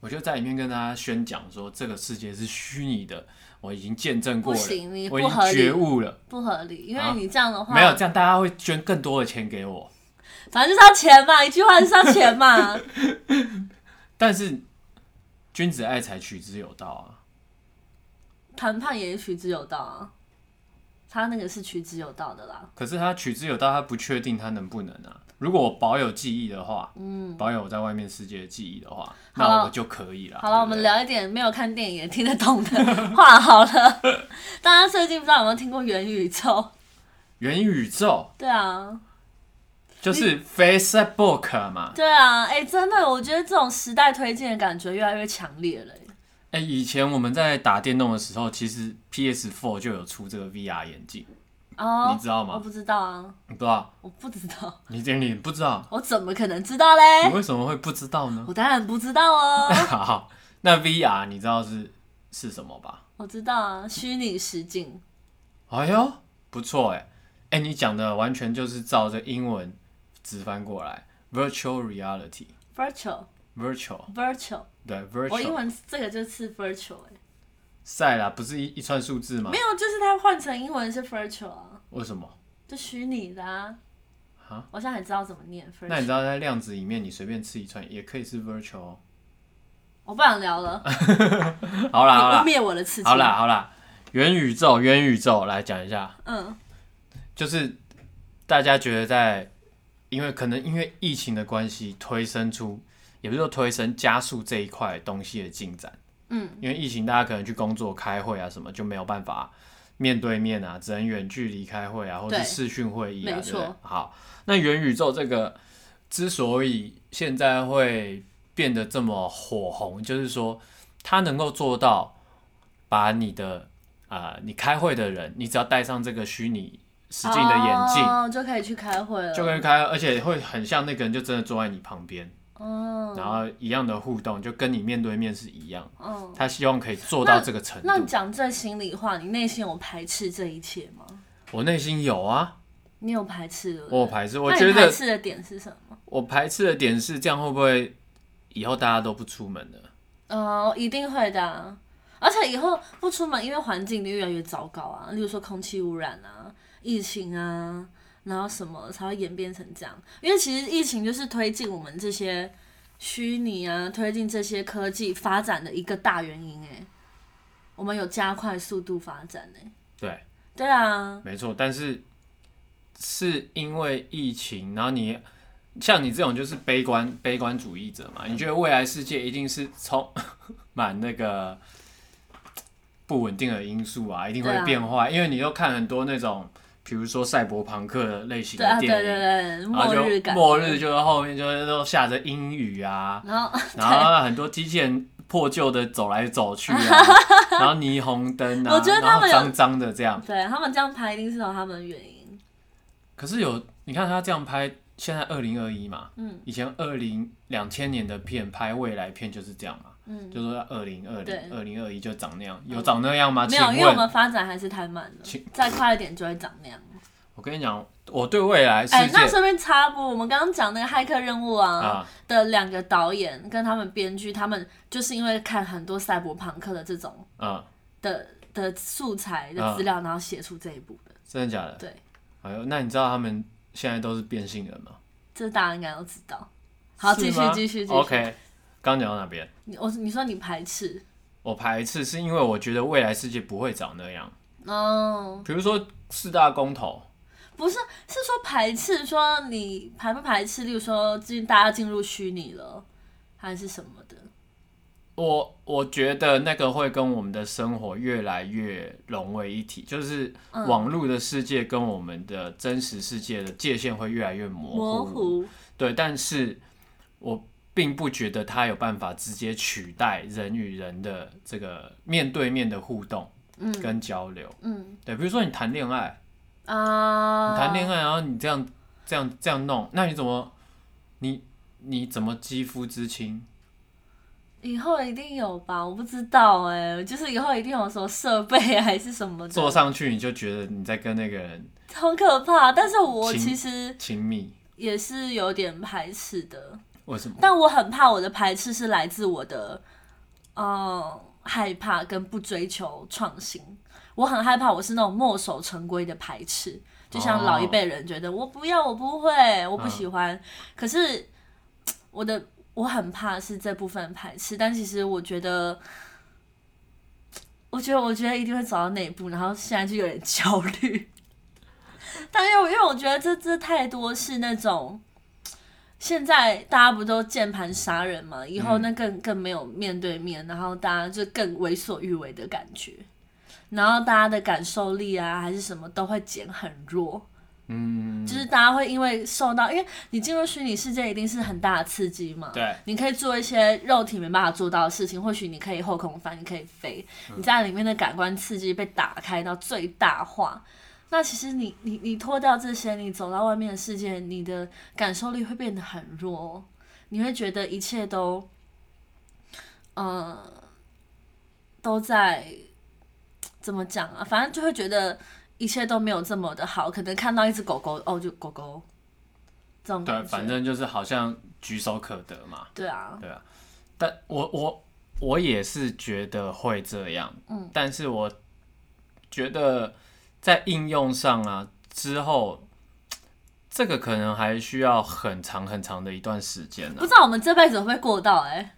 [SPEAKER 2] 我就在里面跟大家宣讲说，这个世界是虚拟的，我已经见证过
[SPEAKER 1] 不
[SPEAKER 2] 了，
[SPEAKER 1] 行，你不
[SPEAKER 2] 我已
[SPEAKER 1] 合
[SPEAKER 2] 经觉
[SPEAKER 1] 理，
[SPEAKER 2] 悟了。
[SPEAKER 1] 不合理，嗯因为
[SPEAKER 2] 啊
[SPEAKER 1] 你这样的话，
[SPEAKER 2] 没有这样，大家会捐更多的钱给我。
[SPEAKER 1] 反正就是要钱嘛，一句话就是要钱嘛。
[SPEAKER 2] 但是君子爱财，取之有道啊。
[SPEAKER 1] 谈判也取之有道啊，他那个是取之有道的啦。
[SPEAKER 2] 可是他取之有道，他不确定他能不能啊。如果我保有记忆的话，嗯，保有我在外面世界的记忆的话，
[SPEAKER 1] 好了
[SPEAKER 2] 那我就可以了。
[SPEAKER 1] 好了，
[SPEAKER 2] 对
[SPEAKER 1] 我
[SPEAKER 2] 不对
[SPEAKER 1] 们聊一点没有看电影也听得懂的 话好了。大家最近不知道有没有听过元宇宙？
[SPEAKER 2] 元宇宙，
[SPEAKER 1] 对啊，
[SPEAKER 2] 就是
[SPEAKER 1] 嗯
[SPEAKER 2] Facebook 嘛。
[SPEAKER 1] 对啊，哎、真的，我觉得这种时代推进的感觉越来越强烈了、欸
[SPEAKER 2] 哎、以前我们在打电动的时候，其实 PS4 就有出这个 VR 眼镜，
[SPEAKER 1] 哦
[SPEAKER 2] 你，知道
[SPEAKER 1] 我
[SPEAKER 2] 吗？
[SPEAKER 1] 不知道啊，
[SPEAKER 2] 你不知道，
[SPEAKER 1] 我不知道，
[SPEAKER 2] 你你不知道，
[SPEAKER 1] 我怎么可能知道嘞
[SPEAKER 2] 你？为什么会不知道呢？
[SPEAKER 1] 我当然不知道哦，
[SPEAKER 2] 好，那 VR 你知道是是什么吧？
[SPEAKER 1] 我知道啊，虚拟实境，
[SPEAKER 2] 哎呦，不错哎、哎、你讲的完全就是照着英文直翻过来，virtual reality，virtual
[SPEAKER 1] virtual virtual，
[SPEAKER 2] 对
[SPEAKER 1] 我英
[SPEAKER 2] virtual，
[SPEAKER 1] 文这个就是 virtual 哎、
[SPEAKER 2] 赛啦，不是一一串数字吗
[SPEAKER 1] 没？有，就是它换成英文是 virtual 啊，
[SPEAKER 2] 为什么？
[SPEAKER 1] 就虚拟的啊
[SPEAKER 2] 啊。
[SPEAKER 1] 我现在也知道怎么念
[SPEAKER 2] 那你
[SPEAKER 1] virtual，
[SPEAKER 2] 知道在量子里面，你随便吃一串也可以是 virtual 哦。
[SPEAKER 1] 我不想聊了，
[SPEAKER 2] 好啦好
[SPEAKER 1] 你污
[SPEAKER 2] 啦
[SPEAKER 1] 蔑我的刺激。
[SPEAKER 2] 好啦好啦，元宇宙元宇宙来讲一下，
[SPEAKER 1] 嗯，
[SPEAKER 2] 就是大家觉得在，因为可能因为疫情的关系，推生出也不是说推升加速这一块东西的进展。
[SPEAKER 1] 嗯，
[SPEAKER 2] 因为疫情，大家可能去工作、开会啊什么，就没有办法面对面啊，只能远距离开会啊，或
[SPEAKER 1] 对
[SPEAKER 2] 是视讯会议啊，
[SPEAKER 1] 没
[SPEAKER 2] 对不对
[SPEAKER 1] 错？
[SPEAKER 2] 好，那元宇宙这个之所以现在会变得这么火红，就是说它能够做到把你的啊、你开会的人，你只要戴上这个虚拟实境的眼镜。
[SPEAKER 1] 哦，就可以去开会了，
[SPEAKER 2] 就可以开，而且会很像那个人就真的坐在你旁边，
[SPEAKER 1] 嗯
[SPEAKER 2] 然后一样的互动，就跟你面对面是一样。
[SPEAKER 1] 嗯。
[SPEAKER 2] 他希望可以做到这个程
[SPEAKER 1] 那你
[SPEAKER 2] 度。
[SPEAKER 1] 讲最心里话，你内心有排斥这一切吗？
[SPEAKER 2] 我内心有啊，
[SPEAKER 1] 你有排斥对不对
[SPEAKER 2] 我有排斥，
[SPEAKER 1] 嗯
[SPEAKER 2] 我
[SPEAKER 1] 那你
[SPEAKER 2] 觉
[SPEAKER 1] 排
[SPEAKER 2] 得
[SPEAKER 1] 斥的点是什么？
[SPEAKER 2] 我排斥的点是这样，会不会以后大家都不出门了？
[SPEAKER 1] 呃，一定会的啊、而且以后不出门，因为环境越来越糟糕啊，例如说空气污染啊、疫情啊，然后什么才会演变成这样。因为其实疫情就是推进我们这些虚拟啊，推进这些科技发展的一个大原因、欸。我们有加快速度发展哎、
[SPEAKER 2] 对，
[SPEAKER 1] 对啊，
[SPEAKER 2] 没错，但是是因为疫情，然后你像你这种就是悲观悲观主义者
[SPEAKER 1] 嗯
[SPEAKER 2] 嘛，你觉得未来世界一定是充 满那个不稳定的因素啊，一定
[SPEAKER 1] 对啊
[SPEAKER 2] 会变化，因为你又看很多那种，比如说赛博朋克的类型
[SPEAKER 1] 对啊，
[SPEAKER 2] 的
[SPEAKER 1] 对
[SPEAKER 2] 电
[SPEAKER 1] 对
[SPEAKER 2] 影。
[SPEAKER 1] 对，
[SPEAKER 2] 然后
[SPEAKER 1] 末日
[SPEAKER 2] 就
[SPEAKER 1] 感，
[SPEAKER 2] 末日，就是后面就是都下着阴雨 啊，
[SPEAKER 1] 然后
[SPEAKER 2] 然后很多机器人破旧的走来走 去啊，然后霓虹灯啊，
[SPEAKER 1] 我觉得他
[SPEAKER 2] 然后
[SPEAKER 1] 们有
[SPEAKER 2] 脏脏的这样。
[SPEAKER 1] 对他们这样拍一定是有他们的原因。
[SPEAKER 2] 可是有，你看他这样拍，现在二零二一嘛，嗯，以前二零两千年的片拍未来片就是这样嘛，嗯，就说二零二
[SPEAKER 1] 对嗯
[SPEAKER 2] 零二零二一就长那样，有长那样吗？
[SPEAKER 1] 没
[SPEAKER 2] 啊请
[SPEAKER 1] 有，因为我
[SPEAKER 2] 问，
[SPEAKER 1] 们发展还是太慢了
[SPEAKER 2] 请，
[SPEAKER 1] 再快一点就会长那样。
[SPEAKER 2] 我跟你讲，我对未来世
[SPEAKER 1] 哎、那
[SPEAKER 2] 界
[SPEAKER 1] 顺便插播，我们刚刚讲那个《骇客任务啊》
[SPEAKER 2] 啊，
[SPEAKER 1] 的两个导演跟他们编剧，他们就是因为看很多赛博朋克的这种
[SPEAKER 2] 嗯，
[SPEAKER 1] 的的素材的资料，然后写出这一部的。
[SPEAKER 2] 真的假的？
[SPEAKER 1] 对，
[SPEAKER 2] 哎呦，那你知道他们现在都是变性人吗？
[SPEAKER 1] 这大家应该都知道。好，
[SPEAKER 2] 是
[SPEAKER 1] 继续
[SPEAKER 2] 吗
[SPEAKER 1] 继续继续。
[SPEAKER 2] OK，刚讲到哪边？
[SPEAKER 1] 你我你说你排斥，
[SPEAKER 2] 我排斥是因为我觉得未来世界不会长那样，
[SPEAKER 1] 哦，
[SPEAKER 2] 比如说四大公投，
[SPEAKER 1] 不是，是说排斥，说你排不排斥？例如说，进大家进入虚拟了，还是什么的？
[SPEAKER 2] 我我觉得那个会跟我们的生活越来越融为一体，就是
[SPEAKER 1] 嗯
[SPEAKER 2] 网络的世界跟我们的真实世界的界限会越来越模糊。
[SPEAKER 1] 模糊，
[SPEAKER 2] 对，但是我并不觉得它有办法直接取代人与人的这个面对面的互动跟交流。
[SPEAKER 1] 嗯
[SPEAKER 2] 对，比如说你谈恋爱，
[SPEAKER 1] 啊，
[SPEAKER 2] 你谈恋爱，然后你这样这样这样弄，那你怎么你你怎么肌肤之亲？
[SPEAKER 1] 以后一定有吧？我不知道哎、就是以后一定有什么设备还是什么
[SPEAKER 2] 坐
[SPEAKER 1] 的，
[SPEAKER 2] 上去你就觉得你在跟那个人
[SPEAKER 1] 好可怕。但是我
[SPEAKER 2] 请
[SPEAKER 1] 其实
[SPEAKER 2] 亲密，
[SPEAKER 1] 也是有点排斥的，
[SPEAKER 2] 为什么？
[SPEAKER 1] 但我很怕我的排斥是来自我的，嗯，害怕跟不追求创新。我很害怕我是那种墨守成规的排斥，就像老一辈人觉得我不要，我不会，我不喜欢。可是我的我很怕是这部分排斥，但其实我觉得。我觉得，我觉得一定会走到那一步，然后现在就有点焦虑。但因为，因为我觉得这这太多是那种现在大家不都键盘杀人嘛，以
[SPEAKER 2] 嗯
[SPEAKER 1] 后那更更没有面对面，然后大家就更为所欲为的感觉，然后大家的感受力啊还是什么都会减很弱，
[SPEAKER 2] 嗯，
[SPEAKER 1] 就是大家会因为受到，因为你进入虚拟世界一定是很大的刺激嘛，
[SPEAKER 2] 对，
[SPEAKER 1] 你可以做一些肉体没办法做到的事情，或许你可以后空翻，你可以飞，
[SPEAKER 2] 嗯
[SPEAKER 1] 你在里面的感官刺激被打开到最大化。那其实你你你脱掉这些，你走到外面的世界，你的感受力会变得很弱，哦你会觉得一切都，呃，都在怎么讲啊？反正就会觉得一切都没有这么的好。可能看到一只狗狗，哦，就狗狗这种
[SPEAKER 2] 对，
[SPEAKER 1] 感觉，
[SPEAKER 2] 反正就是好像举手可得嘛。
[SPEAKER 1] 对啊，
[SPEAKER 2] 对啊，但我我我也是觉得会这样，嗯，但是我觉得在应用上啊之后，这个可能还需要很长很长的一段时间呢、
[SPEAKER 1] 不知道我们这辈子会不会过到哎、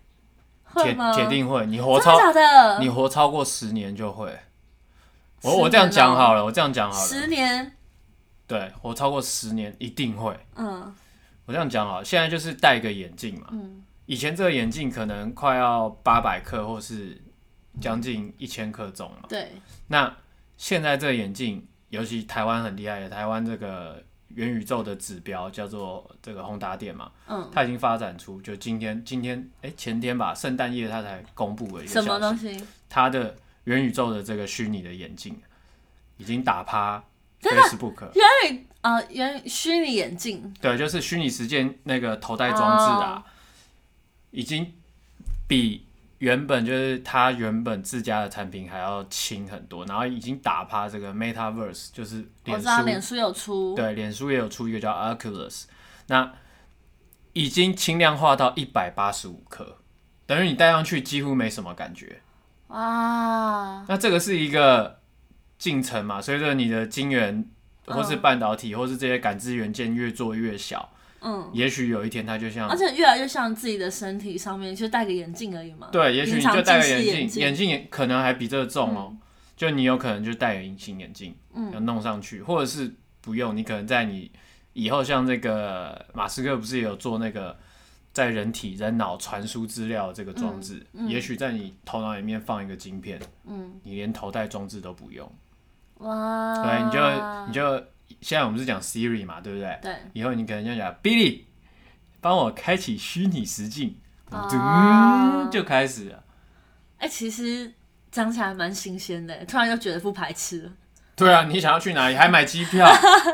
[SPEAKER 1] 会
[SPEAKER 2] 铁
[SPEAKER 1] 吗？
[SPEAKER 2] 铁定会，你活
[SPEAKER 1] 真的假
[SPEAKER 2] 超
[SPEAKER 1] 的？
[SPEAKER 2] 你活超过十年就会。
[SPEAKER 1] 十
[SPEAKER 2] 我
[SPEAKER 1] 年
[SPEAKER 2] 我这样讲
[SPEAKER 1] 哦
[SPEAKER 2] 好了，我这样讲好了，
[SPEAKER 1] 十年，
[SPEAKER 2] 对，活超过十年一定会。
[SPEAKER 1] 嗯
[SPEAKER 2] 我这样讲好了，现在就是戴个眼镜嘛，
[SPEAKER 1] 嗯，
[SPEAKER 2] 以前这个眼镜可能快要八百克或是将近一千克重嘛。
[SPEAKER 1] 对，
[SPEAKER 2] 那现在这个眼镜，尤其台湾很厉害的，台湾这个元宇宙的指标叫做这个宏达电嘛，
[SPEAKER 1] 嗯，
[SPEAKER 2] 它已经发展出，就今天今天哎、诶前天吧，圣诞夜它才公布了一个
[SPEAKER 1] 什么
[SPEAKER 2] 消
[SPEAKER 1] 东
[SPEAKER 2] 息，
[SPEAKER 1] 西？
[SPEAKER 2] 它的元宇宙的这个虚拟的眼镜已经打趴
[SPEAKER 1] 真的
[SPEAKER 2] Facebook，
[SPEAKER 1] 元宇啊、呃，元虚拟眼镜，
[SPEAKER 2] 对，就是虚拟实践那个头戴装置
[SPEAKER 1] 哦
[SPEAKER 2] 啊，已经比原本就是它原本自家的产品还要轻很多，然后已经打趴这个 MetaVerse，就是
[SPEAKER 1] 我
[SPEAKER 2] 脸
[SPEAKER 1] 知
[SPEAKER 2] 书，
[SPEAKER 1] 哦啊道脸书有出，
[SPEAKER 2] 对，脸书也有出一个叫 Oculus，那已经轻量化到一百八十五克，等于你戴上去几乎没什么感觉。
[SPEAKER 1] 哇，
[SPEAKER 2] 那这个是一个进程嘛，随着你的晶圆或是半导体、或是这些感知元件越做越小。
[SPEAKER 1] 嗯，
[SPEAKER 2] 也许有一天它就像
[SPEAKER 1] 而且越来越像自己的身体上面，就戴个眼镜而已嘛。
[SPEAKER 2] 对，也许你就戴个眼
[SPEAKER 1] 隐藏近视眼
[SPEAKER 2] 镜，
[SPEAKER 1] 镜嗯
[SPEAKER 2] 眼镜也可能还比这个重哦、就你有可能就戴个隐形眼镜，要弄上去，或者是不用，你可能在你以后像这个马斯克不是也有做那个在人体人脑传输资料的这个装置，
[SPEAKER 1] 嗯
[SPEAKER 2] 也许在你头脑里面放一个晶片，嗯，你连头戴装置都不用，
[SPEAKER 1] 哇，
[SPEAKER 2] 对，你就你就现在我们是讲 Siri 嘛，对不对？
[SPEAKER 1] 对，
[SPEAKER 2] 以后你可能就讲 Billy，帮我开启虚拟实境，
[SPEAKER 1] 啊
[SPEAKER 2] 嗯，就开始了。
[SPEAKER 1] 哎、其实讲起来蛮新鲜的，突然又觉得不排斥了，
[SPEAKER 2] 对啊，你想要去哪里还买机 票？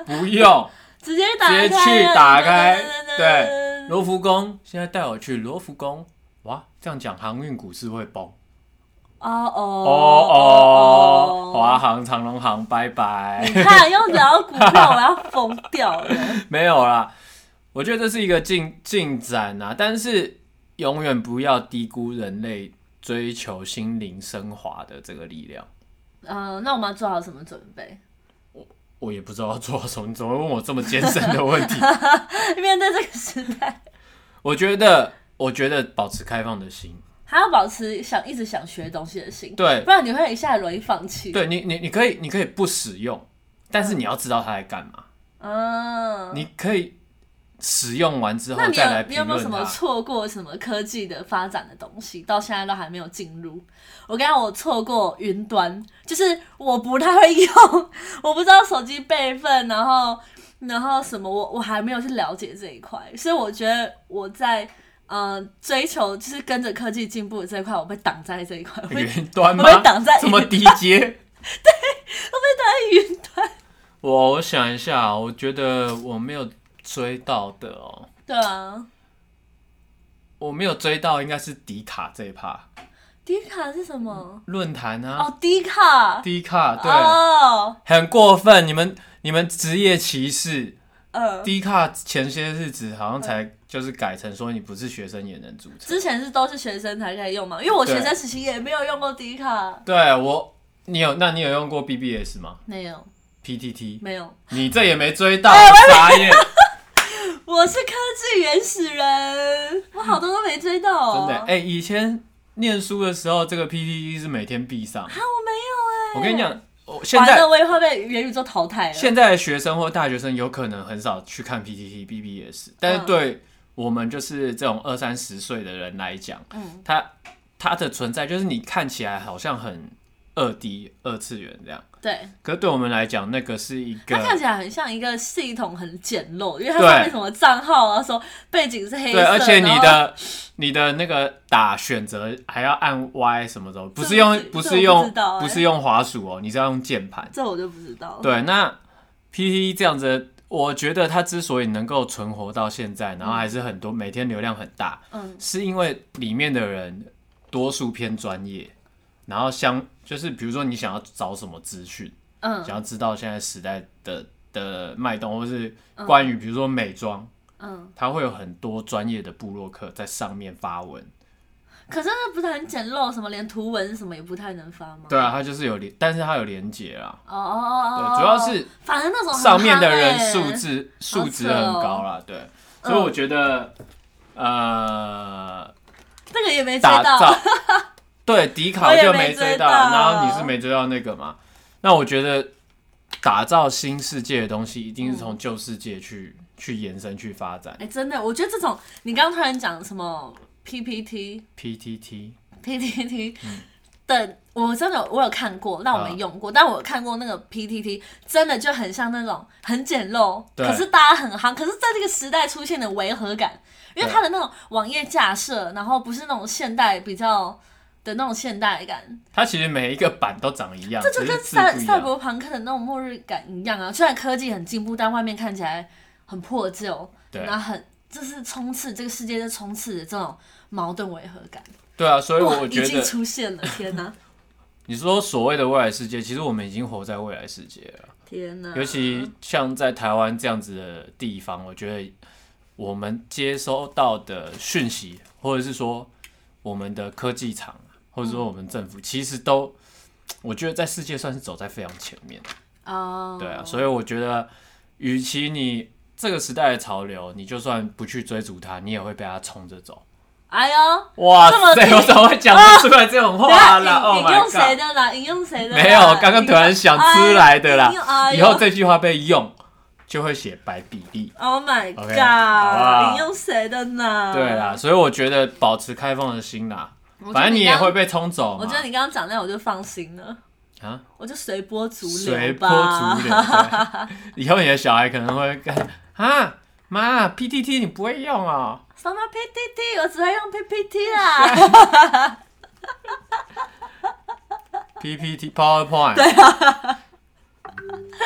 [SPEAKER 2] 不用，
[SPEAKER 1] 直接打开，
[SPEAKER 2] 直接去打开
[SPEAKER 1] 对
[SPEAKER 2] 罗浮宫现在带我去罗浮宫。哇，这样讲航运股市会崩
[SPEAKER 1] 哦哦
[SPEAKER 2] 哦哦，华航、长龙航，拜 拜。
[SPEAKER 1] 你看，又聊股票，我要疯掉 了。
[SPEAKER 2] 没有啦，我觉得这是一个进进展啊，但是永远不要低估人类追求心灵升华的这个力量。
[SPEAKER 1] 嗯，那我们要做好什么准备？
[SPEAKER 2] 我也不知道要做什么，你怎么会问我这么艰深的 问题？
[SPEAKER 1] 面对这个时代，
[SPEAKER 2] 我觉得，我觉得保持开放的心，
[SPEAKER 1] 还要保持想一直想学东西的心，
[SPEAKER 2] 对
[SPEAKER 1] 不然你会一下容易放弃。，
[SPEAKER 2] 对你，你你可以，你可以不使用，但是你要知道它在干嘛。
[SPEAKER 1] 嗯，
[SPEAKER 2] 你可以使用完之后
[SPEAKER 1] 那你
[SPEAKER 2] 再来
[SPEAKER 1] 有你
[SPEAKER 2] 评
[SPEAKER 1] 有没有什
[SPEAKER 2] 论
[SPEAKER 1] 么
[SPEAKER 2] 它。
[SPEAKER 1] 错过什么科技的发展的东西，到现在都还没有进入？我刚刚我错过云端，就是我不太会用，我不知道手机备份，然后嗯然后什么，我我还没有去了解这一块，所以我觉得我在呃追求就是跟着科技进步的这一块，我被挡在这一块，我被
[SPEAKER 2] 云端吗
[SPEAKER 1] 我会挡在？
[SPEAKER 2] 这么低阶？对，我被 挡在云端。哦我我想一下，我觉得我没有追到的哦，
[SPEAKER 1] 对啊，
[SPEAKER 2] 我没有追到，应该是迪卡这一趴
[SPEAKER 1] 迪卡是什么？
[SPEAKER 2] 论坛啊，
[SPEAKER 1] 哦，迪卡，
[SPEAKER 2] 迪卡对，
[SPEAKER 1] 哦，
[SPEAKER 2] 很过分，你们你们职业歧视。
[SPEAKER 1] 呃，
[SPEAKER 2] 低卡前些日子好像
[SPEAKER 1] 嗯
[SPEAKER 2] 才就是改成说你不是学生也能注册。
[SPEAKER 1] 之前是都是学生才可以用嘛，因为我
[SPEAKER 2] 对
[SPEAKER 1] 学生时期也没有用过迪卡，
[SPEAKER 2] 对啊我，你有那你有用过 BBS 吗
[SPEAKER 1] 没有，
[SPEAKER 2] ？PTT，
[SPEAKER 1] 没有，
[SPEAKER 2] 你这也没
[SPEAKER 1] 哎
[SPEAKER 2] 追到，傻眼，
[SPEAKER 1] 我是科技原始人，我好多都没追到、哦，
[SPEAKER 2] 真的哎、以前念书的时候，这个 PTT 是每天必上。
[SPEAKER 1] 啊，我没有哎、
[SPEAKER 2] 我跟你，讲，我现
[SPEAKER 1] 完
[SPEAKER 2] 在
[SPEAKER 1] 了我也会被元宇宙淘汰了。
[SPEAKER 2] 现在的学生或大学生有可能很少去看 PTT、BBS，但是
[SPEAKER 1] 嗯
[SPEAKER 2] 对我们就是这种二三十岁的人来讲，
[SPEAKER 1] 嗯，
[SPEAKER 2] 它它的存在就是你看起来好像很二 D 二次元这样。
[SPEAKER 1] 对，
[SPEAKER 2] 可是对我们来讲，那个是一
[SPEAKER 1] 它看
[SPEAKER 2] 个
[SPEAKER 1] 起来很像一个系统很简陋，因为它
[SPEAKER 2] 对
[SPEAKER 1] 上面什么账号啊，说背景是黑色，
[SPEAKER 2] 对，而且你
[SPEAKER 1] 然后
[SPEAKER 2] 的你的那个打选择还要按 Y 什么的，不是用
[SPEAKER 1] 这我
[SPEAKER 2] 不
[SPEAKER 1] 不
[SPEAKER 2] 是
[SPEAKER 1] 这我不
[SPEAKER 2] 用
[SPEAKER 1] 知道欸哦
[SPEAKER 2] 不是用滑鼠哦，你是要用键盘。
[SPEAKER 1] 这我就不知道了。
[SPEAKER 2] 对，那 PPT 这样子，我觉得它之所以能够存活到现在，然后还是很多每天流量很大，
[SPEAKER 1] 嗯，
[SPEAKER 2] 是因为里面的人多数偏专业，然后相就是比如说你想要找什么资讯，
[SPEAKER 1] 嗯
[SPEAKER 2] 想要知道现在时代的的脉动，或是关于比如说美妆。
[SPEAKER 1] 嗯，
[SPEAKER 2] 它会有很多专业的部落客在上面发文。
[SPEAKER 1] 嗯可是那不是很简陋，什么连图文什么也不太能发吗？
[SPEAKER 2] 对啊，它就是有连，但是它有连接啊。
[SPEAKER 1] 哦哦哦哦，
[SPEAKER 2] 对，主要是
[SPEAKER 1] 反正那哦种很
[SPEAKER 2] 上面的人
[SPEAKER 1] 夯欸哦
[SPEAKER 2] 素质素质很高啦。对，所以我觉得呃，
[SPEAKER 1] 那个也没追
[SPEAKER 2] 打
[SPEAKER 1] 到，
[SPEAKER 2] 造 对迪卡
[SPEAKER 1] 我也
[SPEAKER 2] 就
[SPEAKER 1] 没
[SPEAKER 2] 没追
[SPEAKER 1] 追
[SPEAKER 2] 到，
[SPEAKER 1] 到
[SPEAKER 2] 然后你是没追到那个嘛？那我觉得打造新世界的东西，一定是从旧世界去去延伸去发展
[SPEAKER 1] 哎、。真的，我觉得这种你刚刚突然讲什么 PPT、
[SPEAKER 2] PTT
[SPEAKER 1] PTT 的，我真的我有看过，但我没用过，但我有看过那个 PTT，真的就很像那种很简陋，
[SPEAKER 2] 对
[SPEAKER 1] 可是大家很夯，可是在这个时代出现的违和感，因为它的那种网页架设，然后不是那种现代比较。的那种现代感，
[SPEAKER 2] 它其实每一个版都长一样，
[SPEAKER 1] 这就
[SPEAKER 2] 只是
[SPEAKER 1] 跟
[SPEAKER 2] 字不
[SPEAKER 1] 赛
[SPEAKER 2] 一
[SPEAKER 1] 赛
[SPEAKER 2] 样。
[SPEAKER 1] 博朋克的那种末日感一样啊！虽然科技很进步，但外面看起来很破旧，
[SPEAKER 2] 对
[SPEAKER 1] 那很这是充斥这个世界，就充斥着这种矛盾违和感。
[SPEAKER 2] 对啊，所以
[SPEAKER 1] 哇，
[SPEAKER 2] 我觉
[SPEAKER 1] 已
[SPEAKER 2] 得
[SPEAKER 1] 经出现了，天 哪，
[SPEAKER 2] 你说所谓的未来世界，其实我们已经活在未来世界了。
[SPEAKER 1] 天哪！
[SPEAKER 2] 尤其像在台湾这样子的地方，我觉得我们接收到的讯息，或者是说我们的科技厂，或者说我们政府，其实都，我觉得在世界算是走在非常前面。
[SPEAKER 1] 哦，
[SPEAKER 2] 对啊，所以我觉得，与其你这个时代的潮流，你就算不去追逐它，你也会被它冲着走。
[SPEAKER 1] 哎呦，
[SPEAKER 2] 哇
[SPEAKER 1] 这么
[SPEAKER 2] 塞，
[SPEAKER 1] 低
[SPEAKER 2] 我怎么会讲得出来这种
[SPEAKER 1] 等一下
[SPEAKER 2] 话啦？Oh
[SPEAKER 1] 引引
[SPEAKER 2] my
[SPEAKER 1] 用
[SPEAKER 2] god！
[SPEAKER 1] 谁的啦？引用谁的啦？
[SPEAKER 2] 没有，刚刚突然想出来的啦
[SPEAKER 1] 引用。哎
[SPEAKER 2] 以
[SPEAKER 1] 呦
[SPEAKER 2] 后这句话被用，就会写白比例。
[SPEAKER 1] Oh my
[SPEAKER 2] OK，好不好
[SPEAKER 1] god！引用谁的呢？
[SPEAKER 2] 对啦，，所以我觉得保持开放的心啦，反正你也会。被冲走
[SPEAKER 1] 我
[SPEAKER 2] 嘛
[SPEAKER 1] 觉。得你刚刚讲那我就放心了，
[SPEAKER 2] 啊，
[SPEAKER 1] 我就随波逐
[SPEAKER 2] 随
[SPEAKER 1] 流
[SPEAKER 2] 波
[SPEAKER 1] 吧。
[SPEAKER 2] 逐流。对以后你的小孩可能会干啊，妈，PTT 你不会用哦。
[SPEAKER 1] 什么 PPT？我只会用 PPT
[SPEAKER 2] 啊
[SPEAKER 1] 啦。
[SPEAKER 2] PPT PowerPoint。对啊。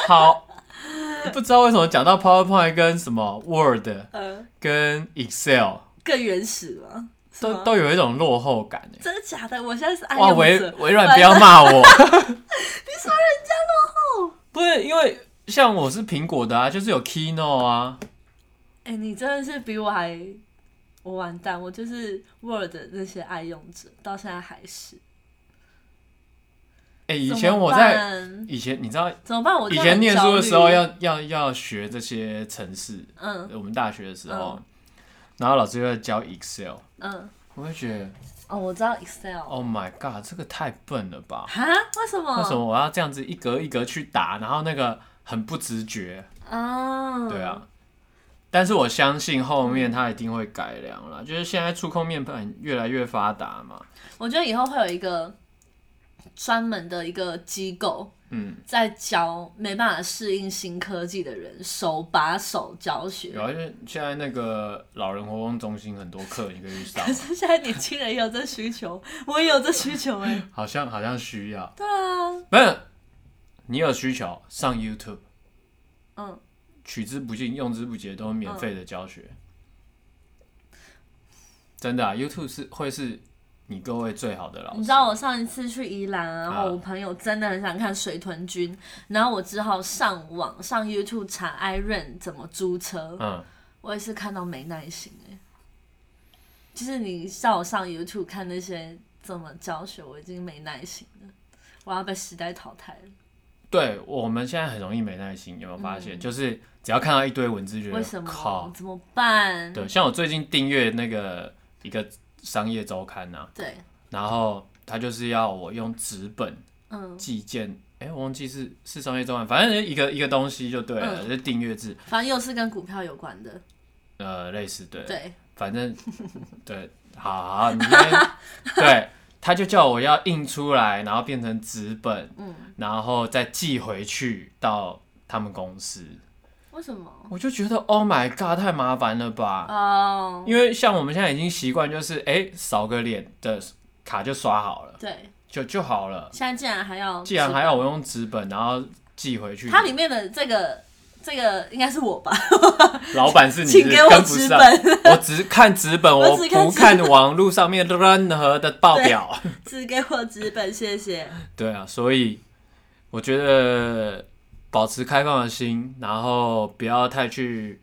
[SPEAKER 2] 好，不知道为什么讲到 PowerPoint 跟什么 Word
[SPEAKER 1] 呃，
[SPEAKER 2] 跟 Excel
[SPEAKER 1] 更原始了，是
[SPEAKER 2] 都
[SPEAKER 1] 吗
[SPEAKER 2] 都有一种落后感欸
[SPEAKER 1] 真的假的？我现哎在是爱
[SPEAKER 2] 哇，
[SPEAKER 1] 用
[SPEAKER 2] 微
[SPEAKER 1] 者，呃
[SPEAKER 2] 微软不要骂我。你说人 家落
[SPEAKER 1] 后？
[SPEAKER 2] 不是因为像我是苹果的啊，就是有 Keynote 啊，
[SPEAKER 1] 哎、你真的是比我还我完蛋，我就是 Word 的那些爱用者，到现在还是。
[SPEAKER 2] 哎、以
[SPEAKER 1] 以
[SPEAKER 2] 前我在以前你知道，
[SPEAKER 1] 怎么办？我
[SPEAKER 2] 以
[SPEAKER 1] 真
[SPEAKER 2] 前
[SPEAKER 1] 很
[SPEAKER 2] 念书的时
[SPEAKER 1] 焦
[SPEAKER 2] 候
[SPEAKER 1] 虑
[SPEAKER 2] 要要要学这些程式，
[SPEAKER 1] 嗯
[SPEAKER 2] 我们大学的时候，然后老师就在教 Excel，
[SPEAKER 1] 嗯
[SPEAKER 2] 我会觉得
[SPEAKER 1] 哦，我知道 Excel
[SPEAKER 2] Oh my God，这个太笨了吧？
[SPEAKER 1] 哈、为什么？
[SPEAKER 2] 为什么我要这样子一格一格去打，然后那个很不直觉？
[SPEAKER 1] 啊？
[SPEAKER 2] 对，啊，但是我相信后面它一定会改良啦，就是现在触控面板越来越发达嘛。
[SPEAKER 1] 我觉得以后会有一个专门的一个机构。
[SPEAKER 2] 嗯，
[SPEAKER 1] 在教没办法适应新科技的人手把手教学，
[SPEAKER 2] 有啊，因为现在那个老人活动中心很多课，你可以去上
[SPEAKER 1] 可，是现在年轻人也有这需求，我也有这需求哎、
[SPEAKER 2] 好像好像需要。
[SPEAKER 1] 对啊，
[SPEAKER 2] 没有，你有需求上 YouTube，
[SPEAKER 1] 嗯，
[SPEAKER 2] 取之不尽、用之不竭，都是免费的教学。真的、啊、，YouTube 是会是你各位最好的老师。
[SPEAKER 1] 你知道我上一次去宜兰啊，然
[SPEAKER 2] 啊
[SPEAKER 1] 后我朋友真的很想看水豚君，然后我只好上网上 YouTube 查 Iron 怎么租车，
[SPEAKER 2] 嗯，
[SPEAKER 1] 我也是看到没耐心哎、就是你叫我上 YouTube 看那些怎么教学，我已经没耐心了，我要被时代淘汰了。
[SPEAKER 2] 对，我们现在很容易没耐心，有没有发现？就是只要看到一堆文字，觉得
[SPEAKER 1] 嗯为什
[SPEAKER 2] 靠
[SPEAKER 1] 么？，怎么办？
[SPEAKER 2] 对，像我最近订阅那个一个商业周刊呐、
[SPEAKER 1] 对，
[SPEAKER 2] 然后他就是要我用纸本
[SPEAKER 1] 嗯，
[SPEAKER 2] 寄件，哎、我忘记是是商业周刊，反正一个一个东西就对
[SPEAKER 1] 嗯
[SPEAKER 2] 了，就订阅制，
[SPEAKER 1] 反正又是跟股票有关的。
[SPEAKER 2] 呃，类似对，
[SPEAKER 1] 对，
[SPEAKER 2] 反正对，好好，你今天 对，他就叫我要印出来，然后变成纸本，
[SPEAKER 1] 嗯
[SPEAKER 2] 然后再寄回去到他们公司，
[SPEAKER 1] 哦为什么？
[SPEAKER 2] 我就觉得 Oh my God，太麻烦了吧。
[SPEAKER 1] 哦、
[SPEAKER 2] 因为像我们现在已经习惯，就是哎、诶扫个脸的卡就刷好了，
[SPEAKER 1] 对，
[SPEAKER 2] 就就好了。
[SPEAKER 1] 现在竟然还要，
[SPEAKER 2] 既然还要我用纸本，然后寄回去，
[SPEAKER 1] 它里面的这个这个应该是我吧？
[SPEAKER 2] 老板是你是
[SPEAKER 1] 请给我
[SPEAKER 2] 跟不
[SPEAKER 1] 纸
[SPEAKER 2] 上，
[SPEAKER 1] 本，
[SPEAKER 2] 我只看纸 本，
[SPEAKER 1] 我
[SPEAKER 2] 我
[SPEAKER 1] 只看
[SPEAKER 2] 不
[SPEAKER 1] 纸
[SPEAKER 2] 看网络上面任何的报 表。
[SPEAKER 1] 只给我纸本，谢谢。
[SPEAKER 2] 对啊，所以我觉得保持开放的心，然后不要太去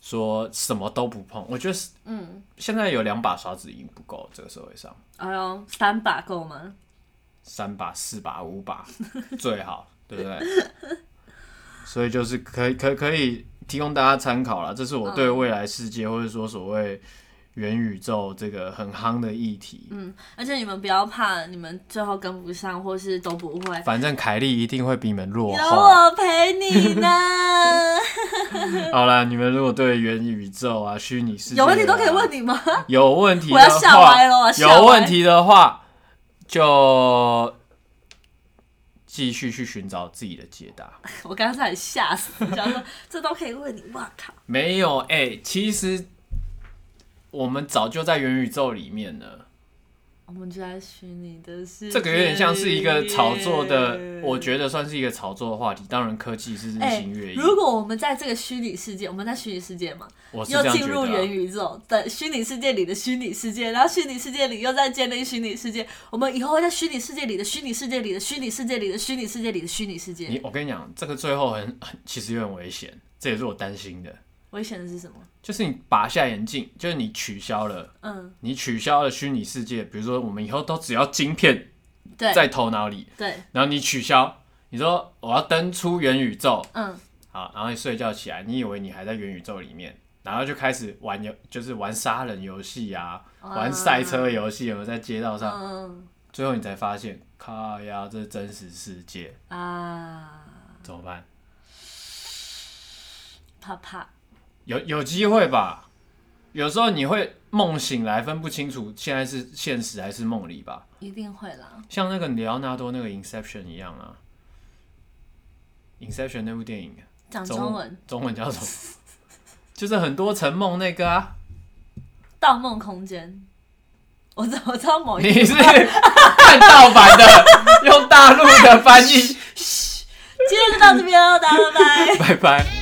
[SPEAKER 2] 说什么都不碰。我觉得是
[SPEAKER 1] 嗯，
[SPEAKER 2] 现在有两把刷子已经不够，这个社会上。
[SPEAKER 1] 哎呦，三把够吗？
[SPEAKER 2] 三把、四把、五把最好，对不对？所以就是可以、可以可以提供大家参考了。这是我对未来世
[SPEAKER 1] 嗯
[SPEAKER 2] 界、或者说所谓元宇宙这个很夯的议题。
[SPEAKER 1] 嗯，而且你们不要怕，你们最后跟不上或是都不会，
[SPEAKER 2] 反正凯莉一定会比你们落
[SPEAKER 1] 有
[SPEAKER 2] 后。
[SPEAKER 1] 我陪你 呢。
[SPEAKER 2] 好啦，你们如果对元宇宙啊、虚拟世界、
[SPEAKER 1] 有问题都可以问
[SPEAKER 2] 你，
[SPEAKER 1] 你吗？
[SPEAKER 2] 有问题的
[SPEAKER 1] 我要下
[SPEAKER 2] 话，
[SPEAKER 1] 歪了，我要下
[SPEAKER 2] 有问
[SPEAKER 1] 歪。
[SPEAKER 2] 题的话就继续去寻找自己的解答。
[SPEAKER 1] 我刚才吓死，想说这都可以问你，哇靠！
[SPEAKER 2] 没有，哎、其实我们早就在元宇宙里面了。
[SPEAKER 1] 我们就在虚拟的世界，
[SPEAKER 2] 这个有点像是一个炒作的，我觉得算是一个炒作的话题。当然，科技是日
[SPEAKER 1] 哎
[SPEAKER 2] 新月异，
[SPEAKER 1] 如果我们在这个虚拟世界，我们在虚拟世界嘛，
[SPEAKER 2] 我哦是
[SPEAKER 1] 又
[SPEAKER 2] 这样
[SPEAKER 1] 进
[SPEAKER 2] 觉
[SPEAKER 1] 入
[SPEAKER 2] 得
[SPEAKER 1] 元
[SPEAKER 2] 啊。
[SPEAKER 1] 宇宙的虚拟世界里的虚拟世界，然后虚拟世界里又在建立虚拟世界，我们以后会在虚拟世界里的虚拟世界里的虚拟世界里的虚拟世界里的虚拟世
[SPEAKER 2] 你
[SPEAKER 1] 界。
[SPEAKER 2] 我跟你讲，这个最后很 很其实有点危险，这也是我担心的。
[SPEAKER 1] 危险的是什么？
[SPEAKER 2] 就是你拔下眼镜，就是你取消了，
[SPEAKER 1] 嗯，
[SPEAKER 2] 你取消了虚拟世界，比如说我们以后都只要晶片
[SPEAKER 1] 对
[SPEAKER 2] 在头脑里，
[SPEAKER 1] 对，
[SPEAKER 2] 然后你取消，你说我要登出元宇宙，
[SPEAKER 1] 嗯，
[SPEAKER 2] 好，然后你睡觉起来，你以为你还在元宇宙里面，然后就开始玩游，就是玩杀人游戏啊，玩赛车游戏，有没有在街道上？
[SPEAKER 1] 嗯
[SPEAKER 2] 最后你才发现，靠呀，这是真实世界，
[SPEAKER 1] 嗯啊，
[SPEAKER 2] 怎么办？
[SPEAKER 1] 怕怕，
[SPEAKER 2] 有有机会吧？有时候你会梦醒来分不清楚现在是现实还是梦里吧，
[SPEAKER 1] 一定会啦。
[SPEAKER 2] 像那个里奥纳多那个 Inception 一样啊。Inception 那部电影
[SPEAKER 1] 讲嗯中文，
[SPEAKER 2] 中文叫什么？ 就是很多层梦那个啊。
[SPEAKER 1] 《盗梦空间》，我怎么知道某一
[SPEAKER 2] 你是看盗版的，用大陆的翻译，
[SPEAKER 1] 今天就到这边哦，大家拜拜。
[SPEAKER 2] 拜拜。